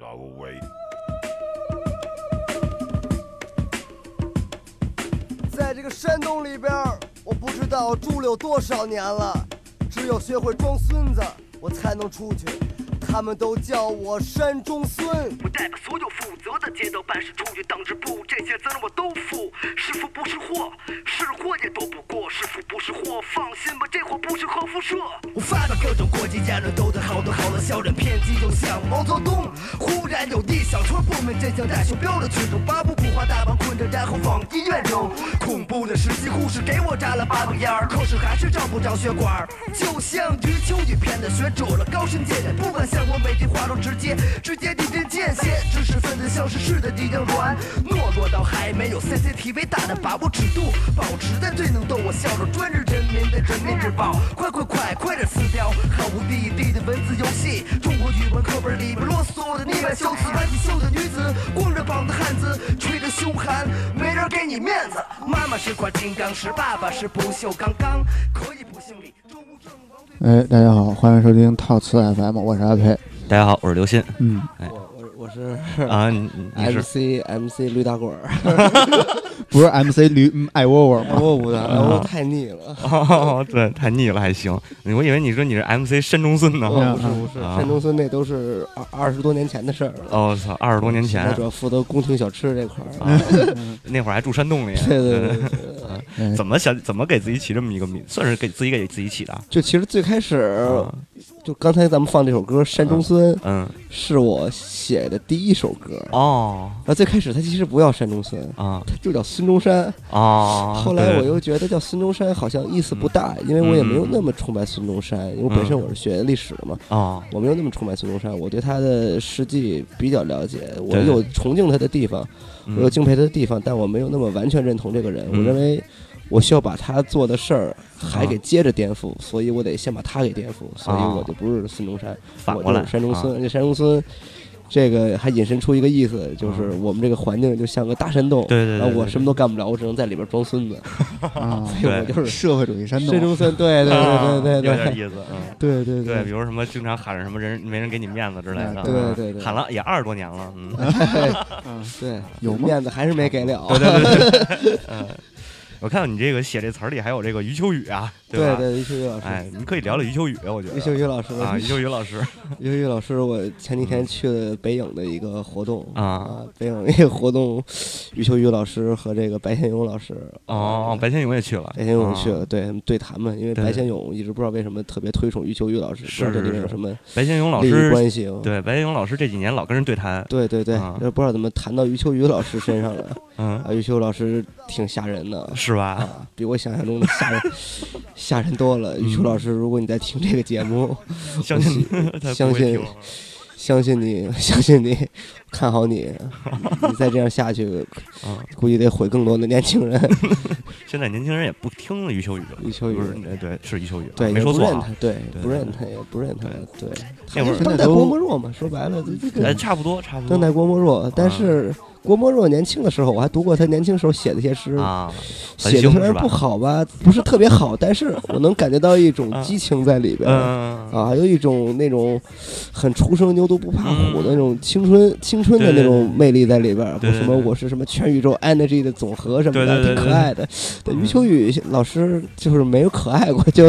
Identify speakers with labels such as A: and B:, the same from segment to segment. A: will wait.
B: 在这个山洞里边儿，我不知道住了有多少年了，只有学会装孙子，我才能出去。他们都叫我山中孙。
C: 我代表所有负责的街道办事处与党支部，这些责任我都负。是福不是祸，是祸也躲不过。是福不是祸，放心吧，这货不是核辐射。我发表各种国际言论，都得好多好了，小人偏激，就像毛泽东。忽然有一小撮不明真相、戴袖标的群众，把我五花大绑捆着，然后往医院扔。恐怖的实习护士给我扎了八根烟儿，可是还是照不着血管儿。就像余秋雨骗的学者了，高深见解不敢像我每句话中直接，直接地针见血。知识分子像是世的敌人软，懦弱到还没有 CCTV 大的把握尺度，保持在最能逗我笑容，专治人民的人民日报。快快快，快点撕掉毫无意义的文字游戏，中国语文课本里边啰嗦的腻歪修辞，挽起袖的女子，光着膀子汉子，吹着胸寒，没人给你面子。妈妈是块金刚石，爸爸是不锈钢钢，可以不姓李。周吴郑王对
D: 哎，大家好，欢迎收听套词 FM，我是阿培。
E: 大家好，我是刘鑫哎
D: 嗯，
F: 我我我是
E: 啊，你 你是
F: MC MC 驴打滚儿，
D: 不是 MC 驴嗯爱窝窝吗？
F: 我我的，哎我太腻了，
E: 哦，对，太腻了还行，我以为你说你是 MC 山中孙呢。
D: 嗯
F: 不是不是，
E: 啊
F: 山东村那都是二二十多年前的事儿了。
E: 哦，操，二十多年前
F: 我主要负责宫廷小吃这块儿。
E: 啊，那会儿还住山洞里。啊
F: 对对对 对对对，
D: 哎
E: 怎么想？怎么给自己起这么一个名？算是给自己给自己起的啊。
F: 就其实最开始就刚才咱们放这首歌《山中村》
E: 嗯，
F: 是我写的第一首歌，
E: 哦，
F: 然后最开始它其实不叫山中村，
E: 啊，
F: 它就叫孙中山。
E: 哦。
F: 后来我
E: 对嗯
F: 又觉得叫孙中山好像意思不大，因为我也没有那么崇拜孙中山，因为本身我是学历史的嘛，
E: 哦，
F: 我没有那么崇拜孙中山，我对他的事迹比较了解，我
E: 对
F: 有崇敬他的地方，
E: 嗯
F: 我有敬佩他的地方，但我没有那么完全认同这个人。我
E: 嗯
F: 认为我需要把他做的事儿还给接着颠覆，所以我得先把他给颠覆，所以
E: 啊
F: 我就不是孙中山，
E: 反
F: 我
E: 过
F: 就
E: 来
F: 是山中
E: 啊
F: 孙。而且山中孙。这个还引申出一个意思，就是
E: 嗯
F: 我们这个环境就像个大山洞，
E: 对对对
F: 然后
E: 对
F: 啊我
E: 对
F: 什么都干不了，我只能在里边装孙子，
D: 啊，
F: 所以我
E: 对
F: 就是
D: 社会主义山
F: 山
D: 洞
F: 中孙，对对
E: 啊
F: 对对
E: 有
F: 对
E: 点
F: 对
E: 意思。嗯，
F: 对对
E: 对，比如什么经常喊着什么人没人给你面子之类
D: 对
E: 的。嗯
F: 对对对
E: 喊了也二十多年了。嗯。
F: 对，
D: 有吗
F: 面子还是没给了，
E: 对对对对， 嗯，我看到你这个写这词儿里还有这个余秋雨啊，吧？
F: 对对，余秋雨老师，
E: 哎，你可以聊聊余秋雨，我觉得。
F: 余秋雨老师
E: 啊，余秋雨老师
F: 余秋雨老师，我前几天
E: 嗯
F: 去了北影的一个活动
E: 啊
F: 北影那个活动，余秋雨老师和这个白先勇老师，
E: 哦，白先勇也去了，
F: 白先勇去
E: 啊
F: 了，对他们对谈嘛，因为
E: 对
F: 白先勇一直不知道为什么特别推崇余秋雨老师，不知道
E: 是
F: 这里
E: 是
F: 面有
E: 是
F: 什么
E: 啊白先勇老
F: 利益
E: 师，
F: 关系，哦
E: 对，白先勇老师这几年老跟人对谈，
F: 对对对
E: 啊，
F: 就不知道怎么谈到余秋雨老师身上了
E: 嗯，
F: 啊，余秋雨老师挺吓人的。
E: 是吧？
F: 啊，比我想象中的吓人吓人多了。
E: 嗯
F: 余秋老师，如果你在听这个节目，
E: 相信 他不
F: 相
E: 会
F: 信
E: 听，
F: 相信你，相信你，看 好你，你再这样下去，
E: 啊，
F: 估计得毁更多的年轻人。
E: 现在年轻人也不听余秋雨了，
F: 余秋雨
E: 不是，对，是余秋雨，
F: 对，
E: 没
F: 也
E: 说
F: 不
E: 错
F: 认
E: 啊
F: 他，，对，
E: 对
F: 不认他，也不认他，对。
E: 那会儿
F: 他当代
D: 都
F: 郭沫若嘛，说白了，这
E: 哎，啊
F: 个
E: 差不多，差不
F: 当代
E: 多
F: 郭沫若。但是郭沫若年轻的时候，我还读过他年轻时候写的一些诗，
E: 啊，繁
F: 写的
E: 星
F: 虽然
E: 是吧
F: 不？好吧，不是特别好，但是我能感觉到一种
E: 啊
F: 激情在里边。
E: 嗯，
F: 啊，还有一种那种很初生牛犊不怕虎的
E: 嗯
F: 那种青春青春的
E: 对
F: 那
E: 对
F: 种魅力在里边儿，不
E: 对
F: 是什
E: 对
F: 么
E: 对
F: 我是什么全宇宙 energy 的总和什么
E: 对
F: 的，
E: 对对
F: 挺可
E: 对
F: 爱的。但余
E: 嗯
F: 秋雨老师就是没有可爱过， 就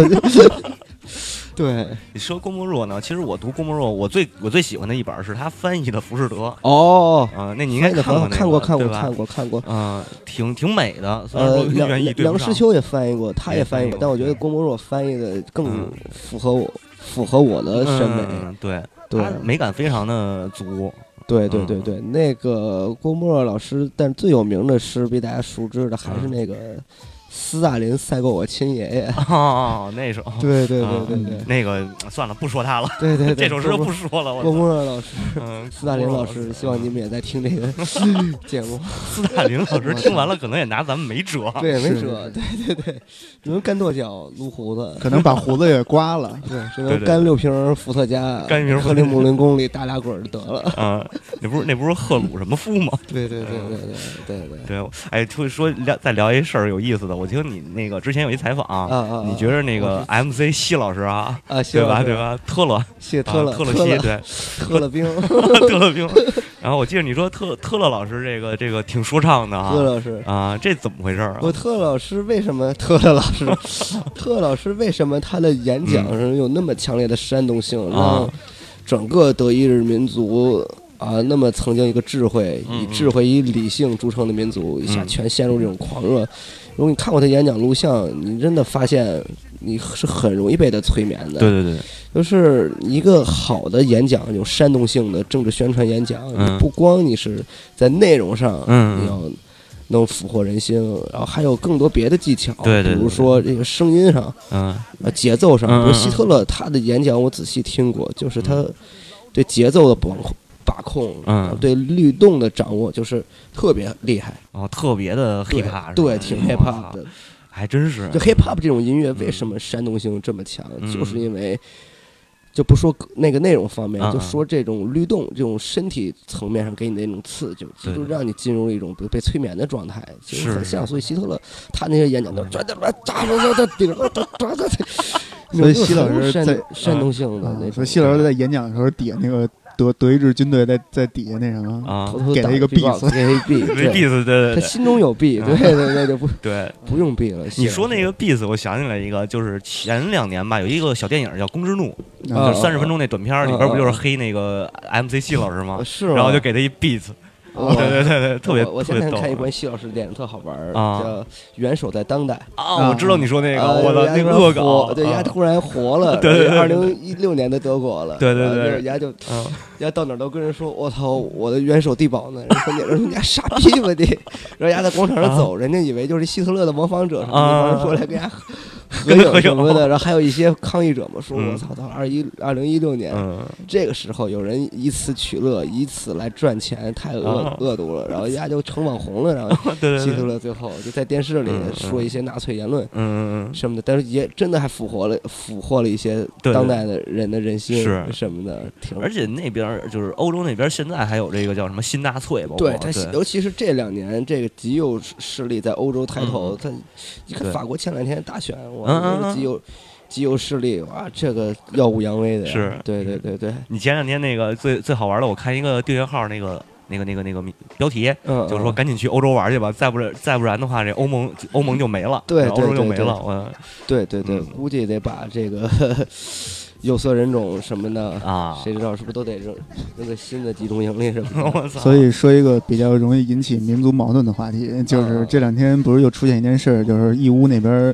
F: 对
E: 你说郭沫若呢？其实我读郭沫若，我最我最喜欢的一本儿是他翻译的《浮士德》
F: 哦，
E: 啊，那你应
F: 翻
E: 该
F: 译的
E: 看
F: 很好，
E: 过
F: 看过看
E: 过
F: 过看过看过。
E: 啊，挺挺美的，虽然
F: 呃
E: 说，
F: 梁
E: 原意对不
F: 梁
E: 上嗯
F: 实。秋也翻译过，他
E: 也
F: 也翻
E: 翻
F: 译
E: 译
F: 过，
E: 过
F: 但我觉得
E: 对
F: 郭沫若翻译的更
E: 嗯
F: 符合我符合我的审美。
E: 嗯，对，
F: 对
E: 他美感非常的 足。
F: 对对
E: 嗯
F: 对对，那个郭沫若老师，但最有名的诗被大家熟知的还是
E: 嗯
F: 那个斯大林赛过我亲爷爷。
E: 哦，那首，
F: 对对
E: 啊
F: 对对对
E: 那个算了，不说他了，
F: 对对对，
E: 这首诗就
F: 郭
E: 不
F: 沫
E: 说了。
F: 郭
E: 我
F: 沫若老师、
E: 嗯，
F: 斯大林老师，希望你们也在听这 个节目。
E: 斯大林老师听 完了，可能也拿咱们没辙。
F: 对，没
D: 是
F: 辙，对对对，只能干跺脚、撸胡子，
D: 可能把胡子也刮了。
F: 对，只
E: 对
F: 能
E: 对
F: 干六瓶伏特加，
E: 干一瓶伏
F: 和
E: 特
F: 那
E: 加
F: 木林宫里打俩滚儿就得了。
E: 啊，那不是那不是赫鲁什么夫吗？
F: 对对对对对对对。
E: 对，哎，就说聊再聊一事儿有意思的，我听你那个之前有一采访，
F: 啊
E: 你觉得那个 MC 系老师啊，
F: 啊，谢
E: 对
F: 老
E: 吧
F: 师
E: 对？吧？特勒
F: 谢
E: 啊
F: 特了，
E: 特
F: 勒
E: 勒西对 啊
F: 特了兵，
E: 特勒兵。然后我记得你说特特勒老师这个这个挺说唱的啊
F: 特老师。
E: 啊，这怎么回事儿啊？
F: 我特老师为什么 特老师，特老师为什么他的演讲
E: 嗯
F: 是有那么强烈的煽动性，
E: 啊
F: 让整个德意志民族啊，那么曾经一个智慧，
E: 嗯
F: 以
E: 嗯
F: 智慧以理性著称的民族，一下
E: 嗯
F: 全陷入这种狂热。如果你看过他演讲录像，你真的发现你是很容易被他催眠的。
E: 对对对，
F: 就是一个好的演讲，有煽动性的政治宣传演讲，
E: 嗯
F: 你不光你是在内容上，
E: 嗯嗯
F: 你要能俘获人心，然后还有更多别的技巧，
E: 对对对
F: 比如说这个声音上、
E: 嗯
F: 啊节奏上，
E: 嗯嗯嗯
F: 比如希特勒他的演讲，我仔细听过，就是他对节奏的把控。把控，
E: 嗯
F: 然后对律动的掌握就是特别厉害，
E: 哦，特别的
F: 对
E: hip hop，
F: 对，挺 hip hop 的，
E: 还真是
F: 就 hip hop 这种音乐为什么煽动性这么强，
E: 嗯
F: 就是因为就不说歌那个内容方面，
E: 啊啊
F: 就说这种律动、这种身体层面上给你的那种刺激，
E: 对
F: 就让你进入一种被被催眠的状态，其
E: 是
F: 实很像。
E: 是嗯
F: 所以希特勒他那些演讲都是抓抓抓抓抓抓顶抓抓抓 抓，
D: 所以希老师
F: 煽
D: 在
F: 动煽动性的
E: 嗯
D: 啊
F: 那
D: 所
F: 种，
D: 以希老师在演讲的时候，底下那个德德意志军队在在底下那什么，
E: 啊
F: 偷，偷
D: 给
F: 打
D: 他一个
F: beatbox，
D: beats
F: 给他一 beat，
E: 没
F: 对
E: beats，对对
F: 他
E: 对
F: 心中有 beat，对对对，就不
E: 对。
F: 不用 beat 了。
E: 你
F: 希
E: 说
F: 老
E: 那
F: 师
E: 个 beats，我想起来一个，就是前两年吧，有一个小电影叫《公之怒》，
F: 啊
E: 就是三十分钟那短片儿里边
F: 啊
E: 不就是黑那个 MC 系老师吗？
F: 是吗，啊
E: 然后就给他一 beat，
F: 我
E: 对对对对，特别
F: 我我
E: 特
F: 前
E: 别
F: 两
E: 逗
F: 天看一本西老师的电影，特好玩儿，
E: 啊
F: 叫《元首在当代》。
E: 啊！我知道你说那个，
F: 呃
E: 我的
F: 人
E: 那个
F: 家突然
E: 恶搞
F: 火，对，人家
E: 啊
F: 突然活 了，
E: 对对对对
F: 二零一六年的德国了，
E: 对对
F: 然后
E: 对
F: 就是人家就人
E: 嗯
F: 家到哪儿都跟人说，我操，我的元首地堡呢？然后人家人家傻逼 吧你，然后人家在广场上走，人家以为就是希特勒的模仿者什么
E: 啊
F: 的，过来 跟人家合影什么的，然后还有一些抗议者嘛，说
E: 嗯
F: 我操，到二一二零一六年，
E: 嗯，
F: 这个时候有人以此取乐，以此来赚钱，太恶
E: 啊
F: 恶毒了。然后人家就成网红了，然后
E: 对对
F: 希特
E: 对，
F: 勒最后就在电视里
E: 嗯嗯
F: 说一些纳粹言论
E: 嗯嗯
F: 什么的，但是也真的还俘获了俘获了一些
E: 对对
F: 当代的人的人心
E: 是
F: 什么的，挺
E: 嗯，。而且那边儿就是欧洲那边，现在还有这个叫什么新纳粹，包括
F: 对他，尤其是这两年，这个极右势力在欧洲抬头。他，你看
E: 嗯对
F: 法国前两天大选，哇，
E: 嗯嗯嗯
F: 那个极右极右势力，哇，这个耀武扬威的呀。
E: 是
F: 对对对对，
E: 你前两天那个最最好玩的，我看一个订阅号那个。那个、那个、那个标题
F: 嗯，
E: 就是说，
F: 嗯
E: 赶紧去欧洲玩去吧，再不然再不然的话，这欧盟欧盟就没了，
F: 对对
E: 欧洲就没
F: 对
E: 了。我
F: 对对对，
E: 嗯
F: 估计得把这个 有色人种什么的，
E: 啊，
F: 谁知道是不是都得扔扔在新的集中营里什么 的？
E: 我操！
D: 所以说一个比较容易引起民族矛盾的话题，就是这两天不是又出现一件事儿，就是义乌那边儿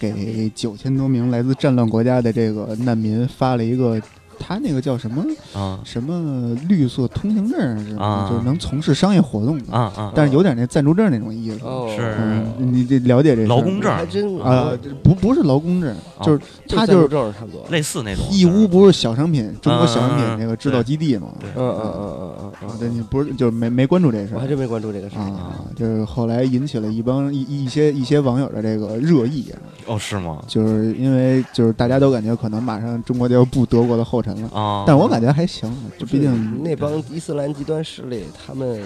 D: 给九千多名来自战乱国家的这个难民发了一个。他那个叫什么
E: 啊
D: 什么绿色通行证是吧？
E: 啊
D: 就是能从事商业活动的，
E: 啊啊，
D: 但是有点那暂住证那种意思。
F: 哦，
E: 是
D: 嗯，你得了解这事儿
E: 劳工证
F: 还真嗯
D: 啊，这不不是劳工证，
E: 啊
D: 就是他
F: 就
D: 就是是
F: 这种差不多。
E: 类似那种
D: 义乌，不是小商品，中国小商
E: 嗯嗯
D: 品
E: 嗯
D: 那个制造基地嘛。
E: 对
F: 嗯嗯嗯嗯嗯
D: 啊，对，
F: 嗯，
D: 你不是就是没没关注这事
F: 我
D: 儿
F: 还。真没关注这个事儿。
D: 啊，就是后来引起了一帮一一些一些网友的这个热议啊，
E: 哦是吗？
D: 就是因为就是大家都感觉可能马上中国就要步德国的后尘了，
E: 啊，
D: 但我感觉还行，就
F: 就是
D: 毕竟
F: 那帮伊斯兰极端势力，他们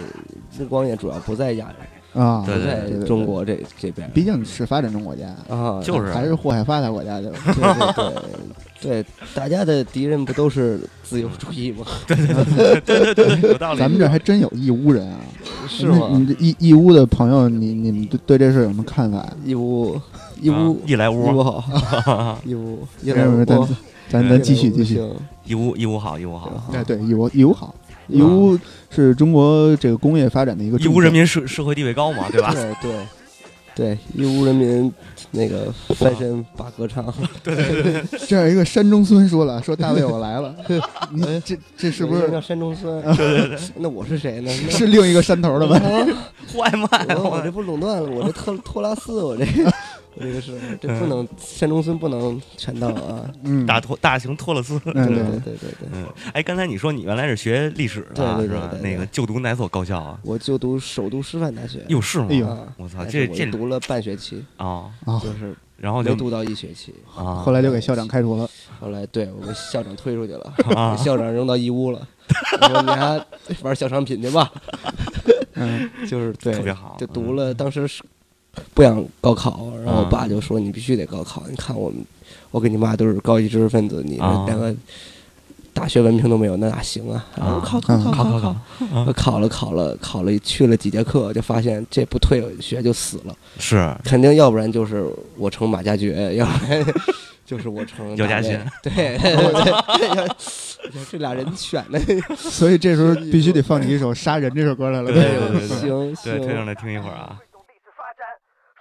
F: 目光也主要不在亚人，
D: 啊，
E: 对
F: 不
E: 对
F: 在
D: 对对
F: 中国这这边
D: 毕竟是发展中国家，
F: 啊，
E: 就
D: 还
E: 是
D: 是祸害发达国家的。
F: 对对对对，大家的敌人不都是自由主义吗？
E: 对对对对，有道理。啊
D: 咱们这还真有义乌人啊，
F: 是吗
D: 那？你这义义乌的朋友，你你们对对这事儿有什么看法？啊
F: 义乌，义乌
E: 啊，一来
F: 义
E: 屋
F: 乌好，义乌， 义
D: 啊 没
F: 来
D: 事没
F: 乌
D: 事，咱咱咱继续继续。
F: 行
E: 义乌义乌好义乌好，
D: 哎，对，义乌义乌好，义乌是中国这个工业发展的一个
E: 义
D: 重
E: 乌人
D: 镇
E: 民社社会地位高嘛，对吧？
F: 对对对，义乌人民那个翻身把歌唱，
D: 这样一个山中村说了，说大卫我来了，你这这是不
F: 有一个叫
D: 是
F: 山 中村？ 那我是谁呢？那
D: 是另一个山头的吧？
F: 啊
E: 外卖，
F: 我我这不垄断了，我这特托拉 斯，我这我这个是这不
E: 嗯
F: 能山中村不能全当啊！
D: 嗯，
E: 大托大型托勒斯。
D: 嗯
F: 对
D: 对，
F: 对对对对。
E: 嗯，哎，刚才你说你原来是学历史的啊，
F: 对
E: 是
F: 对对
E: 吧
F: 对？对
E: 那个就读哪所高校啊？
F: 我就读首都师范大学，
E: 哟，是吗
D: 哎？呦
F: 啊，
E: 我操，
F: 但
E: 这
F: 是我
E: 这
F: 读了半学期，
E: 啊，
D: 啊
F: 就，是
E: 然后
F: 没
E: 就
F: 读到一学期，
E: 啊，
D: 后来就给校长开除了，
F: 后来对我被校长推出去了，
E: 啊
F: 被校长扔到义乌了，我说你还玩小商品去吧，
D: 嗯，
F: 就是对，
E: 特别好嗯
F: 就读了，当时是不想高考，然后我
E: 啊
F: 爸就说你必须得高考。你看我们，我跟你妈都是高级知识分子，你
E: 啊
F: 连个大学文凭都没有，那哪行啊？然后
E: 啊
F: 考考考
E: 考
F: 考
E: 考
F: 考，
E: 啊
F: 我 考了考了考了去了几节课，就发现这不退学就死了，
E: 是
F: 肯定要不然就是我成马加爵，要不然。 就是我成
E: 姚
F: 大
E: 嘉
F: 卫
E: 欣，
F: 对 对，要这俩人选的，
D: 所以这时候必须得放你一首《杀人》这首歌来了。
E: 对对对对
F: 行
E: 对，
F: 行，
E: 推上来听一会儿啊。
G: 一种历史发展。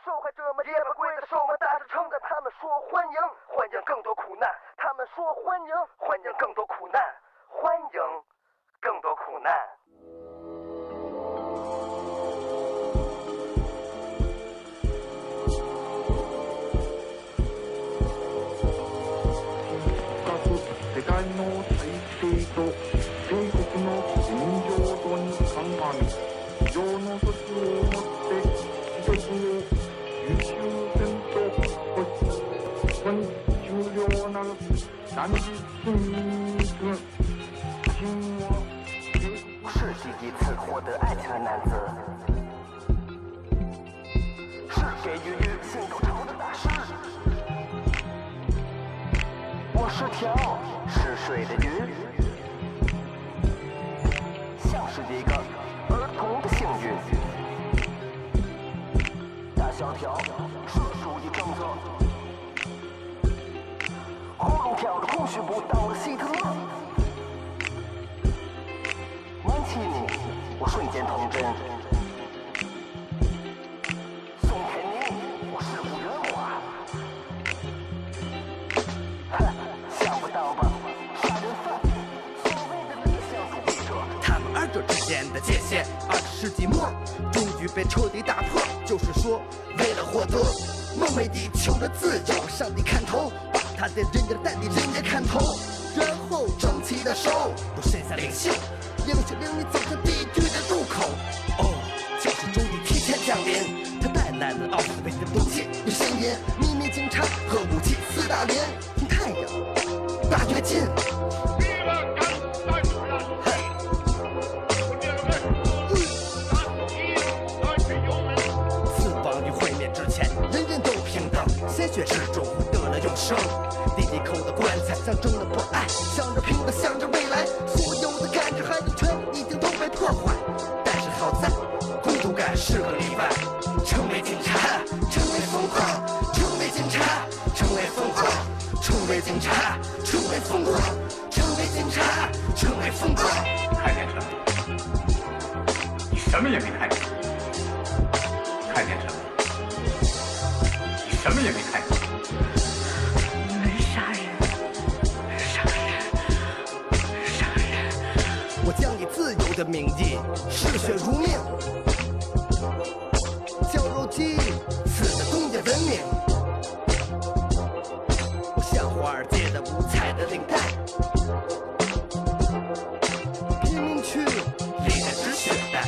G: 受害者们也把跪着手们大声称赞，他们说欢迎，欢迎更多苦难，他们说欢迎，欢迎更多苦难，欢迎更多苦难。
A: 各国世界の体制と帝国の現状とに鑑み非常の措置をもって自得を優秀戦と保本終了なる断じ真実真は
G: 世纪一次获得爱情的男子，是给予女性高潮的大师。我是条嗜睡的鱼，像是一个儿童的性欲。大萧条纯属一政策，轰隆跳着空虚不到的希特勒。弯起你，我瞬间童真。送给你，我是五元花。哼，想不到吧？杀人犯，所谓的理想主义者，
C: 他们二者之间的界限，二十世纪末终于被彻底打破。就是说，为了获得梦寐以求的自由，上帝看头，把他的人家的代理人也看透，然后整齐的手都伸向领袖，领袖领你走向地狱的入口。哦，教室终于提前降临，他带来了奥斯维的武器与声音，秘密警察和武器四大连，听太阳，大跃进。死亡与毁灭之前，人人都平等，鲜血之中得了永生。地地口的棺材象征了博爱，向着平等，向着未来。所有的感知还有权已经都被破坏，但是好在孤独感是个例外。成为警察，成为疯狂，成为警察，成为疯狂，成为警察，成为疯狂，成为警察，成为疯狂。
H: 看见什么？你什么也没看见。看见什么？你什么也没看见。
C: 我将以自由的名义嗜血如命，绞肉机死的工业文明。我像华尔街的五彩的领带，贫民区里的止血带。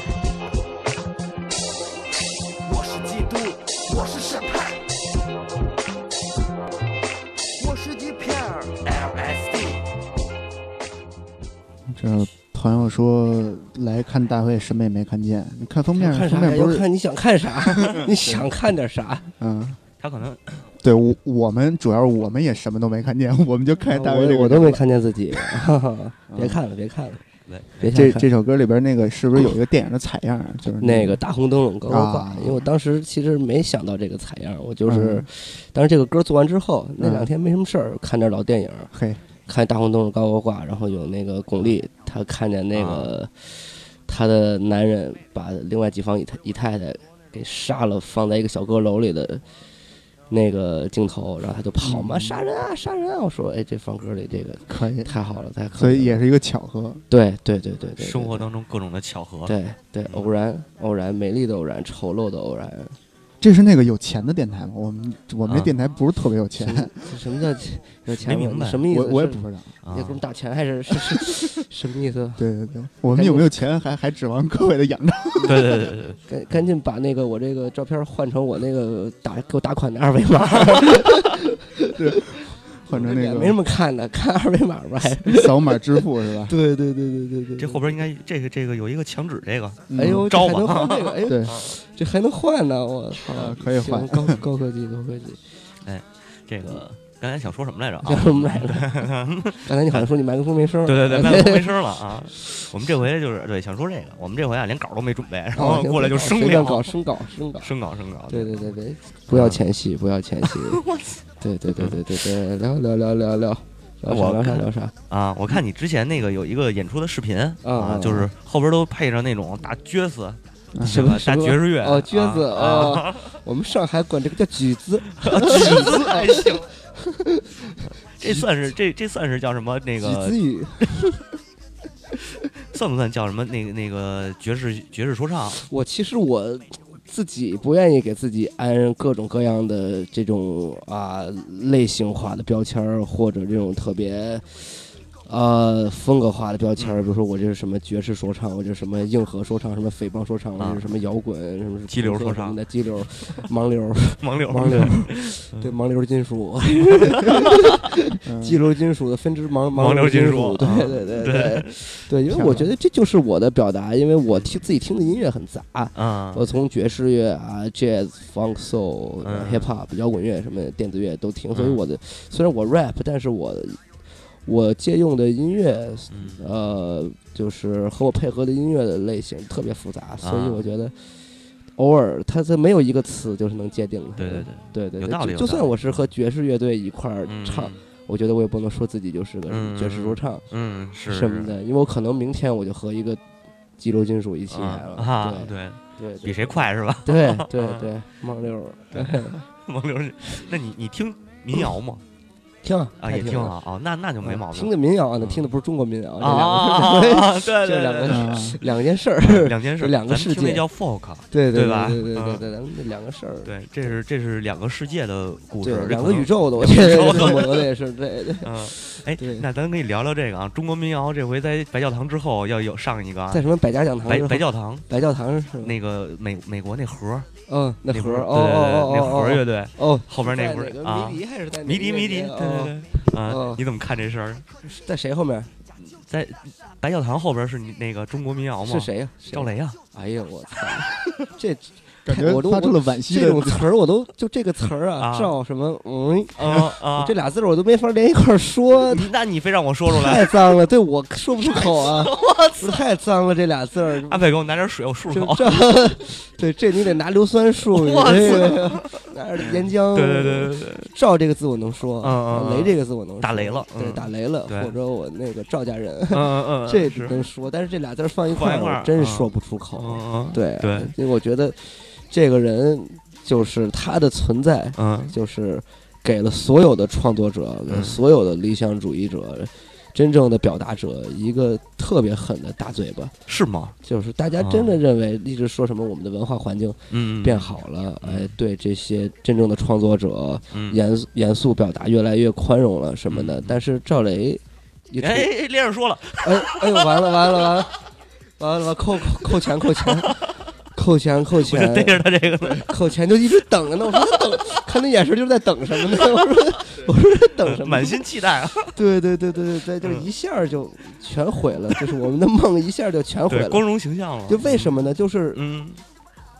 C: 我是基督，我是审判，我是一片儿 LSD。
D: 这朋友说来看大会什么也没看见，你看封面，
F: 看
D: 封
F: 啥呀？
D: 面不
F: 要
D: 是
F: 看你想看啥， 你想看点啥？
D: 嗯，
E: 他可能
D: 对我我们主要是我们也什么都没看见， 我们就看哎大卫这
F: 我
D: 个
F: 我都没看见自己，哈哈别看了， 别看了
E: 来，
F: 别
D: 这
F: 想看
D: 这首歌里边那个是不是有一个电影的采样啊？就是
F: 那个大红灯笼高高挂
D: 啊，
F: 因为我当时其实没想到这个采样，我就是
D: 嗯，
F: 当时这个歌做完之后，那
D: 嗯
F: 两天没什么事儿，看点老电影，
D: 嘿，
F: 看大红灯笼高高挂，然后有那个巩俐，她看见那个她的男人把另外几房姨太姨太太给杀了，放在一个小阁楼里的那个镜头，然后她就跑嘛，杀人啊，杀人啊！我说，哎，这放歌里这个
D: 嗯可以，
F: 太好了，太可 以
D: 所以
F: 了
D: 也是一个巧合。
F: 对对对对对，对
E: 生活当中各种的巧合，
F: 对对偶然偶然美丽的偶然，丑陋的偶然，
D: 这是那个有钱的电台吗？我们我们这
E: 啊
D: 电台不是特别有
F: 什
D: 钱，
F: 么这什么叫有钱
E: 没
F: 吗
E: 明白
F: 你什么意思？
D: 我我也
F: 啊是
D: 不知道。
E: 啊
F: 你给我们打钱还是是 是什么意思？
D: 对对 对，我们有没有钱还还指望各位的仰仗？
E: 对对对对
F: 赶赶紧把那个我这个照片换成我那个打给我打款的二维码。
D: 换成那
F: 也没什
D: 个
F: 么看的，看二维码吧。还是
D: 扫码支付是吧？
F: 对对对对对对，
E: 这后边应该这个这个有一个墙纸，这个
D: 嗯
F: 哎呦，这
E: 招
F: 还能
E: 吧
F: 换这 个，哎呦，
D: 对，
F: 这还能换呢，我操
D: 啊，可以换
F: 行高高科技，高科技。
E: 这个刚才想说什么来着啊？
F: 叫什么来着？刚才你好像说你麦克风没声 儿，
E: 对对对，麦克风没声了 啊！我们这回就是对想说这个，我们这回啊连稿都没准备， 然后过来就生
F: 哦随便搞
E: 聊，
F: 生搞生搞。
E: 生稿生稿，
F: 对对对对，不要前戏，不要前戏。对对对对对对，聊聊聊聊聊聊啥
E: 我
F: 聊啥
E: 看
F: 聊啥？
E: 啊！我看你之前那个有一个演出的视频啊
F: 啊，
E: 就是后边都配上那种大撅子，
F: 什
E: 吧
F: 么？
E: 大
F: 什么
E: 爵士乐
F: 哦，撅子
E: 啊
F: 哦， 我们上海管这个叫 举子，哎
E: 举子还行。这算是这这算是叫什么？那
F: 举
E: 个
F: 子语。
E: 算不算叫什么？那个那个爵士爵士说 唱？
F: 我其实我自己不愿意给自己安各种各样的这种啊类型化的标签儿，或者这种特别。呃，风格化的标签儿，比如说我这是什么爵士说唱，我这是什么硬核说唱，什么匪帮说唱，我这是什么摇滚，什么
E: 啊激流说唱
F: 什么的激流、盲流、
E: 盲流
F: 盲流，对盲流 金属，
D: 嗯
F: 激流金属的分支盲
E: 盲流
F: 流
E: 金
F: 属，
E: 属
F: 对
E: 啊
F: 对对对对，因为我觉得这就是我的表达，因为我听自己听的音乐很杂，
E: 啊
F: 我从爵士乐啊、jazz、funk、soul、
E: 嗯
F: hip hop、摇滚乐什么电子乐都听，所以
E: 嗯
F: 我的虽然我 rap，但是我我借用的音乐，
E: 嗯
F: 呃，就是和我配合的音乐的类型特别复杂，所以
E: 啊
F: 我觉得偶尔它它没有一个词就是能界定的。
E: 对对对，
F: 对对
E: 有
F: 对
E: 道理有
F: 就就算
E: 道理
F: 我是和爵士乐队一块儿
E: 嗯
F: 呃唱，我觉得我也不能说自己就是个
E: 嗯
F: 爵士说唱
E: 嗯是
F: 什么的，因为我可能明天我就和一个激流金属一起来了。
E: 啊啊
F: 对
E: 对，
F: 对，对
E: 比谁快是 吧？
F: 对对对，盲流儿
E: 盲流是，那你你听民谣 吗？
F: 听
E: 啊也听，啊啊，那那就没毛
F: 听
E: 病
F: 的民谣啊，那
E: 嗯
F: 听的不是中国民谣，
E: 啊啊
F: 这两
E: 啊！
F: 个
E: 啊啊对
F: 这
E: 对
F: 两
E: 对
F: 个
E: 对，
D: 啊，
F: 两件事儿，
E: 两件事，
F: 这两个
E: 咱们
F: 世
E: 听那
F: 界
E: 叫 folk，
F: 对
E: 对
F: 对
E: 吧
F: 对对
E: 嗯
F: 对对，咱们这两个事儿，
E: 对，这是这是两个世界的故
F: 对
E: 事，
F: 两个宇
E: 宙。
F: 宙的，我觉得
E: 两个宇宙
F: 这我的也是 对对。
E: 嗯，哎
F: 对，
E: 那咱可以聊聊这个啊，中国民谣这回在白教堂之后要有上一个啊
F: 在，什么百家讲堂
E: 白
F: 之后？
E: 白教堂
F: 白教堂是吗？
E: 那个美美国那盒儿，
F: 嗯，那
E: 那
F: 盒
E: 盒
F: 儿
E: 儿
F: 哦哦
E: 对对对那
F: 哦
E: 盒儿
F: 哦
E: 乐队
F: 哦哦，
E: 后边那
F: 在
E: 盒
F: 哪
E: 儿
F: 个
E: 啊
F: 迷，笛还是在哪
E: 迷
F: 个
E: 笛迷
F: 乐
E: 笛，
F: 队
E: 对
F: 哦
E: 对对，啊
F: 哦，
E: 你怎么看这事儿？
F: 在谁后面？
E: 在白教堂后边是你那个中国民谣吗？
F: 是？谁呀？谁
E: 赵。雷啊，
F: 哎呀，我 操！这
D: 感觉
F: 我都
D: 发出了惋惜
F: 这
D: 的
F: 种词儿我都就这个词儿
E: 啊
F: 啊，赵什么嗯
E: 啊啊，
F: 这俩字儿我都没法连一块儿说，
E: 你那你非让我说出来，
F: 太脏了，对我说不出口 啊！我操，太脏了这俩字儿。
E: 安排给我拿点水，我漱
F: 这
E: 口。
F: 这，对这你得拿硫酸漱，
E: 哦 我操
F: 这个拿点岩浆。
E: 对对对，对对，
F: 赵这个字我能说，
E: 嗯嗯嗯
F: 雷这个字我能说
E: 打雷了
F: 对，
E: 嗯
F: 打雷了，
E: 对
F: 或者我那个赵家人，
E: 嗯嗯嗯，
F: 这
E: 是，
F: 能说，但是这俩字儿放一块
E: 放一块儿
F: 儿，我真
E: 嗯
F: 说不出
E: 嗯
F: 口。
E: 嗯
F: 对
E: 对，
F: 因为我觉得这个人就是他的存在，
E: 嗯
F: 就是给了所有的创作者、
E: 嗯
F: 给所有的理想主义者、真正的表达者一个特别狠的大嘴巴。
E: 是吗？
F: 就是大家真的认为一直说什么我们的文化环境
E: 哦嗯，嗯
F: 变，好了，哎，对这些真正的创作者
E: 嗯，
F: 严肃严肃表达越来越宽容了什么的
E: 嗯，
F: 但是赵雷一出，
E: 哎
F: 哎
E: 哎，哎连着说了，
F: 哎呦，完了完了完了完了完了，扣扣扣钱扣钱扣钱扣
E: 我就
F: 钱
E: 逮，着他这 个呢。
F: 扣钱就一直等着呢。我说他等，看那眼神就是在等什么呢？我说我说他等什么？
E: 满心期待啊！
F: 对对对对对对，就是
E: 嗯
F: 一下就全毁了，就是我们的梦一下就全毁
E: 对，
F: 了。
E: 光荣形象了。
F: 就为什么呢？就是
E: 嗯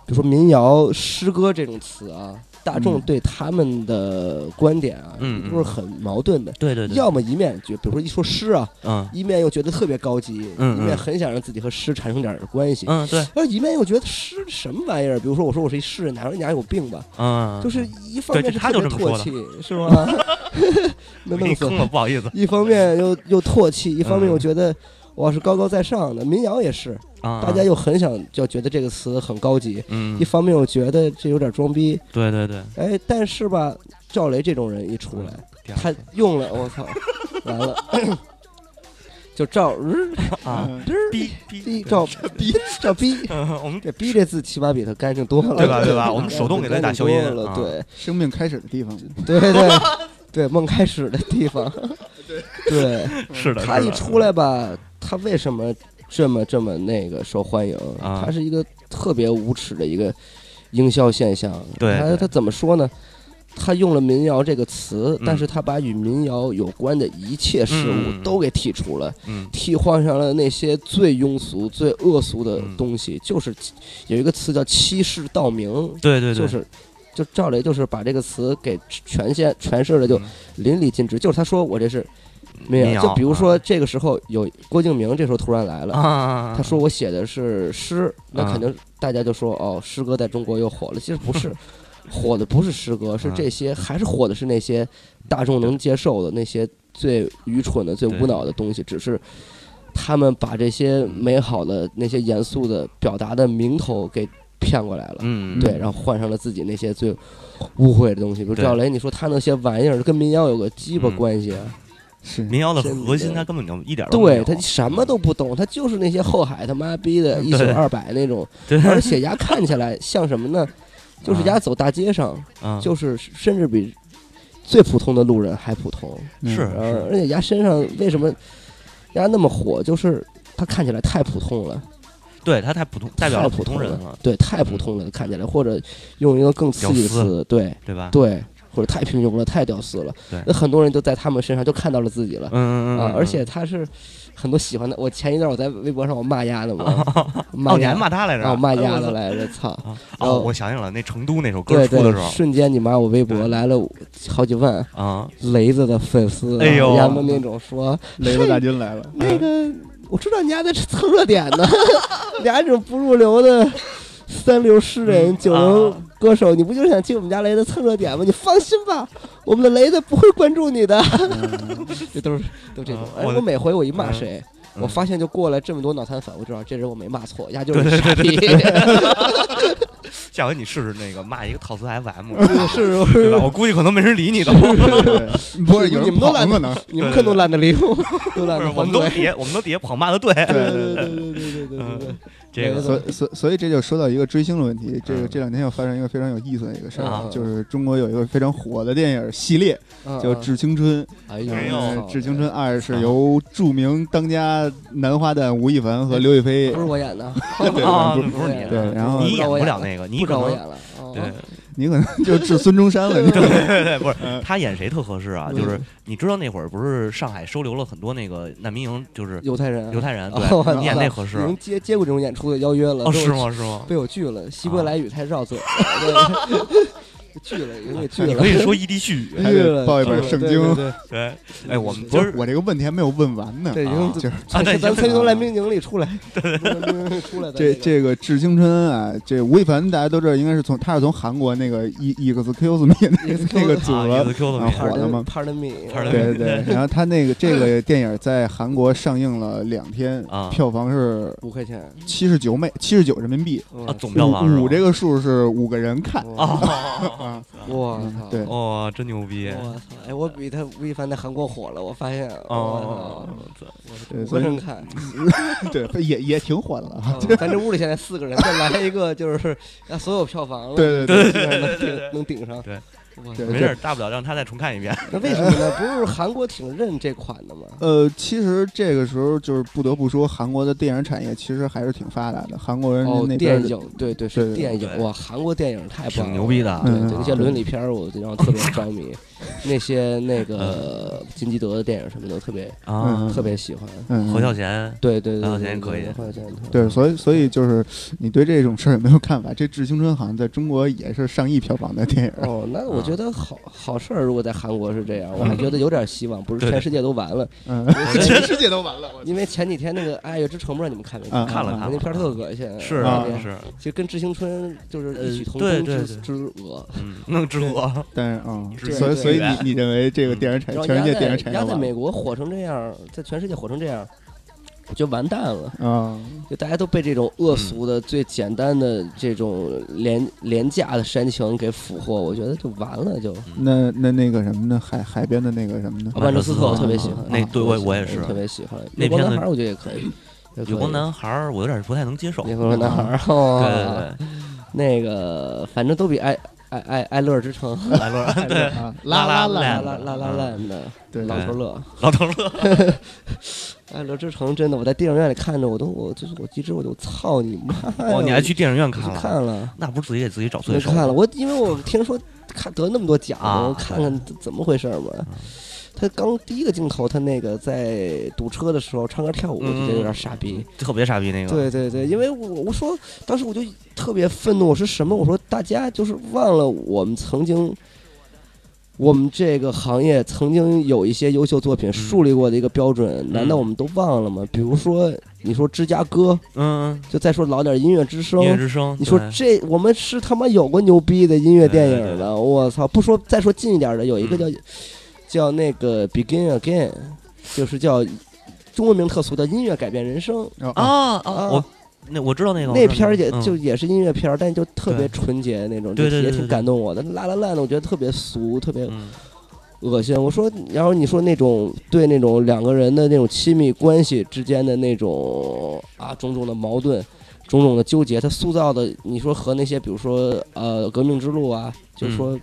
F: 比如说民谣、诗歌这种词啊，大众
D: 嗯
F: 对他们的观点啊，
E: 嗯
F: 都是很矛盾的，。
E: 对对对，
F: 要么一面觉，比如说一说诗啊，
E: 嗯
F: 一面又觉得特别高级，
E: 嗯嗯
F: 一面很想让自己和诗产生点儿关系，
E: 嗯对，
F: 但是一面又觉得诗什么玩意儿？比如说我说我是一诗人，哪说你俩有病吧？
E: 嗯，
F: 就是一方面
E: 对
F: 是
E: 他
F: 特别
E: 就这么说
F: 唾
E: 的
F: 弃，是
E: 啊
F: 吗？那
E: 我给你
F: 弄死
E: 坑了，不好意思
F: 一方 面又又唾弃，一方面
E: 嗯
F: 又觉得我是高高在上的。民谣也是，
E: 啊。
F: 大家又很想就觉得这个词很高级，
E: 嗯
F: 一，方面又觉得这有点装逼。
E: 对对对，
F: 哎，但是吧，赵雷这种人一出来，
E: 第二
F: 他用了，我操，完了， 就赵日
E: 啊，
D: 嗯
E: 逼逼
F: 逼赵逼赵逼。
E: 嗯， 我们
F: 这“逼”这字起码比他干净多了，
E: 对吧对 吧我们手动给他打消音
F: 干净多了
E: 啊
F: 对
D: 生命开始的地方，
F: 对对对，梦开始的地方，对，
E: 是的，
F: 嗯他
E: 是
F: 一
E: 的
F: 出来吧，他为什么这么这么那个受欢迎？
E: 啊
F: 他是一个特别无耻的一个营销现象。
E: 对
F: 他
E: 对
F: 他怎么说呢？他用了民谣这个词，但是他把与民谣有关的一切事
E: 嗯
F: 物都给剔除了，
E: 嗯
F: 替换上了那些最庸俗、最恶俗的
E: 嗯
F: 东西，就是有一个词叫欺世盗名，
E: 对对对，
F: 就是就赵雷就是把这个词给全现诠释的就
E: 嗯
F: 淋漓尽致，就是他说我这是没
E: 民
F: 有，
E: 谣
F: 就比如
E: 啊
F: 说这个时候有郭敬明这时候突然来了。
E: 啊，
F: 他说我写的是诗，那
E: 啊
F: 肯定大家就说哦，诗歌在中国又火了。其实不是，火的不是诗歌，是
E: 啊
F: 这些，还是火的是那些大众能接受的那些最愚蠢的、最
E: 对
F: 无脑的东西。只是他们把这些美好的、那些严肃的表达的名头给骗过来了。
E: 嗯，
F: 对，然后换上了自己那些最污秽的东西，比如
E: 对
F: 赵雷，你说他那些玩意儿跟民谣有个鸡巴
E: 嗯
F: 关系啊？
D: 是
E: 民谣的
F: 真的
E: 核心他根本就一点儿都没
F: 呃对
E: 有
F: 他什么都不懂，他就是那些后海他妈逼的一宿
E: 对
F: 二百那种，
E: 对
F: 而且牙看起来像什 么呢？就是牙走大街上，
E: 啊
F: 就是甚至比最普通的路人还普通。
D: 嗯
E: 是
F: 呃，而且牙身上为什么牙那么火？就是他看起来太普通了，
E: 对他太普通，代表了
F: 太普
E: 普通人
F: 了
E: 了，，嗯
F: 对，太普通了，看起来或者用一个更刺激的
E: 屌丝
F: 词，对
E: 对吧？
F: 对，或者太平庸了，太屌丝了
E: 对。
F: 那很多人都在他们身上就看到了自己了。
E: 嗯嗯嗯
F: 啊
E: 嗯，，
F: 而且他是很多喜欢的。我前一段我在微博上我骂丫的 嘛，骂
E: 哦，你还
F: 丫
E: 骂他来着？
F: 啊，我骂丫
E: 哎
F: 的
E: 我操
F: 来着，操！
E: 啊
F: 然后
E: 哦，我想起来了，那成都那首歌
F: 呃对
E: 出
F: 对
E: 的时，候
F: 瞬间你妈我微博
E: 对
F: 来了好几万
E: 啊，
F: 雷子的粉丝，啊
E: 哎呦
F: 丫的那种说
D: 雷子大军来了，
F: 那个，我知道你丫在蹭热点呢，俩这种不入流的。三流诗人、九流
E: 啊
F: 歌手，你不就是想替我们家雷子蹭热点吗？你放心吧，我们的雷子不会关注你的。这都是都这种
E: 啊。
F: 哎，
E: 我
F: 我每回我一骂
E: 嗯
F: 谁，
E: 嗯
F: 我发现就过来这么多脑残粉，我知道这人我没骂错，丫就
E: 对
F: 是
E: 对
F: 傻
E: 对
F: 逼。
E: 下回你试试那个骂一个套词 FM，
F: 嗯是
E: 对
F: 是
E: 吧？我估计可能没人理你都，
D: 对 不是有
F: 你
D: 人
F: 们都
D: 跑
F: 懒
D: 可能
F: 得，，你们
E: 对
F: 可
E: 对
F: 都懒得理我，都 懒
E: 不是
F: 得
E: 我
F: 还
E: 们都
F: 嘴。
E: 底我们都底下捧骂的 对，
F: 对
D: 对
F: 对
D: 对
F: 对对对对对对对，
E: 这个
D: 所所所以这就说到一个追星的问题，这个
E: 嗯
D: 这两天又发生一个非常有意思的一个事
F: 啊
D: 儿，就是中国有一个非常火的电影系列
E: 啊
F: 嗯
D: 叫《致青春》，
F: 哎
E: 哎
D: 然
E: 呦
D: 后
F: 呦，
D: 《致青春
E: 啊
D: 二》是由著名当家男花旦吴亦凡和刘亦菲
F: 不是我演的，
D: 对
E: 啊，
D: 不
E: 不是你，
D: 对，然后
E: 你演
F: 不
E: 不
F: 知道
E: 了
F: 我演
E: 那个，你
F: 不
E: 可
F: 找我
E: 能
F: 演了。哦
E: 对。
D: 你可能就致孙中山了，你知道吗？
E: 对对，不是
D: 嗯
E: 他演谁特合适啊？
F: 嗯
E: 就是你知道那会儿不是上海收留了很多那个难民营，就是
F: 犹太人，
E: 犹太人，
F: 哦
E: 对，你演那合适
F: 已。经接接过这种演出的邀约了，
E: 哦，啊
F: 被我
E: 是吗？是吗？
F: 被我拒了，希伯来语太绕嘴了，对 拒了，已经给拒
E: 啊你
F: 了
E: 可。以 说异地絮语。
D: 还得 抱一本圣经
F: 对对 对
E: 对，哎，我们
D: 就
E: 不
D: 是
E: 是
D: 我这个问题还没有问完呢，
F: 对，已
E: 啊
F: 经
D: 就是
E: 啊，对，
F: 咱
E: 行
F: 从从来命令里出来， 从来命令里出来的
D: 这
F: 那个
D: 这个《致青春》啊，这吴亦凡大家都知道，应该是从他是从韩国那个 E Excuse Me 那那个组
E: 啊，
D: 合
E: 一次 Q 的
D: 啊火的
F: Pardon-
D: 吗
F: Pardon me，
E: Pardon
D: 对对对，然后他那个这个电影在韩国上映了两天
E: 啊，
D: 票房是
F: 五块钱
D: 七十九美七十九人民币，
E: 啊，
F: 嗯
E: 总票房是吧
D: 五五这个数是五个人看
F: 哇
E: 哦，
D: 啊，
F: 我
D: 嗯
F: 操，
D: 对
E: 哇、真牛逼！
F: 我操，哎，我比他吴亦凡在韩国火了，我发现，
E: 哦
F: 我，
D: 对，
F: 操，我
D: 所
F: 真
D: 以
F: 看，
D: 对也也挺火的啊，
F: 咱这屋里现在四个人，再来一个就是让所有票房了，
D: 对对 对
F: 基本上 能顶能顶上，
E: 对
F: 哇，
D: 对
E: 没事儿，大不了让他再重看一遍。
F: 那为什么呢？不是韩国挺认这款 的吗？
D: 呃，其实这个时候就是不得不说，韩国的电影产业其实还是挺发达的。韩国人嗯
F: 哦，
D: 那边
F: 电
D: 的、
F: 影，对
D: 对
F: 对是
D: 对
F: 电影
E: 对
F: 哇，韩国电影太棒了
E: 挺牛逼的啊
F: 对
D: 嗯
F: 对，那些伦理片儿我就让我特别着迷，那些那个
E: 嗯
F: 金基德的电影什么的我特别
E: 啊
D: 嗯，
F: 特别喜欢。
D: 嗯，
E: 侯孝贤，
F: 对对对，
E: 侯孝贤
F: 对
E: 啊可以
F: 对侯孝贤特
D: 对，所以所以就是你对这种事儿有没有看法？这《致青春》好像在中国也是上亿票房的电影，
F: 哦，那我觉得好好事儿，如果在韩国是这样，我
E: 嗯
F: 还觉得有点希望，不是
E: 对
F: 全世界都完了。
D: 嗯，
F: 全
D: 世界都完了。
F: 因为前几天那个《爱乐之城》，不知道你们看没
D: 啊
E: 嗯看了看了
F: 那片儿特恶心，
E: 是
D: 啊
F: 对
E: 是，
F: 其实跟《致青春》就是异曲同
E: 呃对
F: 工之
E: 对对
F: 之恶。
E: 嗯，弄之恶，
D: 但是啊、
E: 对
D: 所以
F: 对
D: 所以你你认为这个电影产业，
F: 然后
D: 全世
F: 压
D: 界电影
F: 在
D: 产业
F: 压在
D: 完
F: 美国火成这样，在全世界火成这样，我觉得完蛋了。
D: 了啊？
F: 就大家都被这种恶俗的、最简单的这种廉廉价的煽情给俘获，我觉得就完了就。
E: 嗯
D: 那那那个什么呢？海海边的那个什么呢？
F: 曼彻斯特我特别喜欢，
E: 嗯那对我我也是
F: 特别喜欢。
E: 那
F: 月光
E: 片子
F: 男孩我觉得也可以，也可以
E: 有光，男孩儿，我有点不太能接受。对
F: 月光男孩，
E: 对
F: 哦，
E: 对，
F: 那个反正都比爱爱爱爱乐之城，
E: 来乐 对
D: 啊，
E: 拉
D: 拉
E: 嗯烂
F: 啦
D: 烂，
F: 啦啦啦烂的，
D: 对
F: 老头乐，
E: 老头乐，
F: 爱乐之城真的，我在电影院里看着，我都我就是我一直我就操你妈呀！
E: 哦，你还去电影院
F: 我
E: 看
F: 去
E: 了？
F: 看了？
E: 那不是自己给自己找
F: 我
E: 罪受？
F: 看了，我因为我听说看得那么多奖，
E: 啊
F: 我看看怎么回事嘛。他刚第一个镜头，他那个在堵车的时候唱歌跳舞，我觉得
E: 嗯
F: 有点傻逼。
E: 特别傻逼那个。
F: 对对对，因为我我说当时我就特别愤怒，我说什么？我说大家就是忘了我们曾经，我们这个行业曾经有一些优秀作品树立过的一个标准，难道我们都忘了吗？比如说你说芝加哥，
E: 嗯，
F: 就再说老点音乐之声
E: 音。乐之声，
F: 你说
E: 对
F: 这我们是他妈有过牛逼的音乐电
E: 对对对
F: 影
E: 嗯
F: 的，我操！不说再说近一点的，有一个叫、叫那个 Begin Again，就是叫中文名特俗叫音乐改变人生。
D: 哦哦
E: 啊啊，
F: 啊
E: 我那我知道那个我知
F: 那
E: 道
F: 片儿也
E: 嗯
F: 就也是音乐片儿，但就特别
E: 对
F: 纯洁的那种，就
E: 对对
F: 也
E: 对
F: 挺
E: 对
F: 感动我的。拉拉烂的，我觉得特别俗，特别
E: 嗯
F: 恶心。我说，然后你说那种对那种两个人的那种亲密关系之间的那种啊种种的矛盾。种种的纠结，他塑造的，你说和那些，比如说，呃，《革命之路》啊，就
E: 嗯
F: 说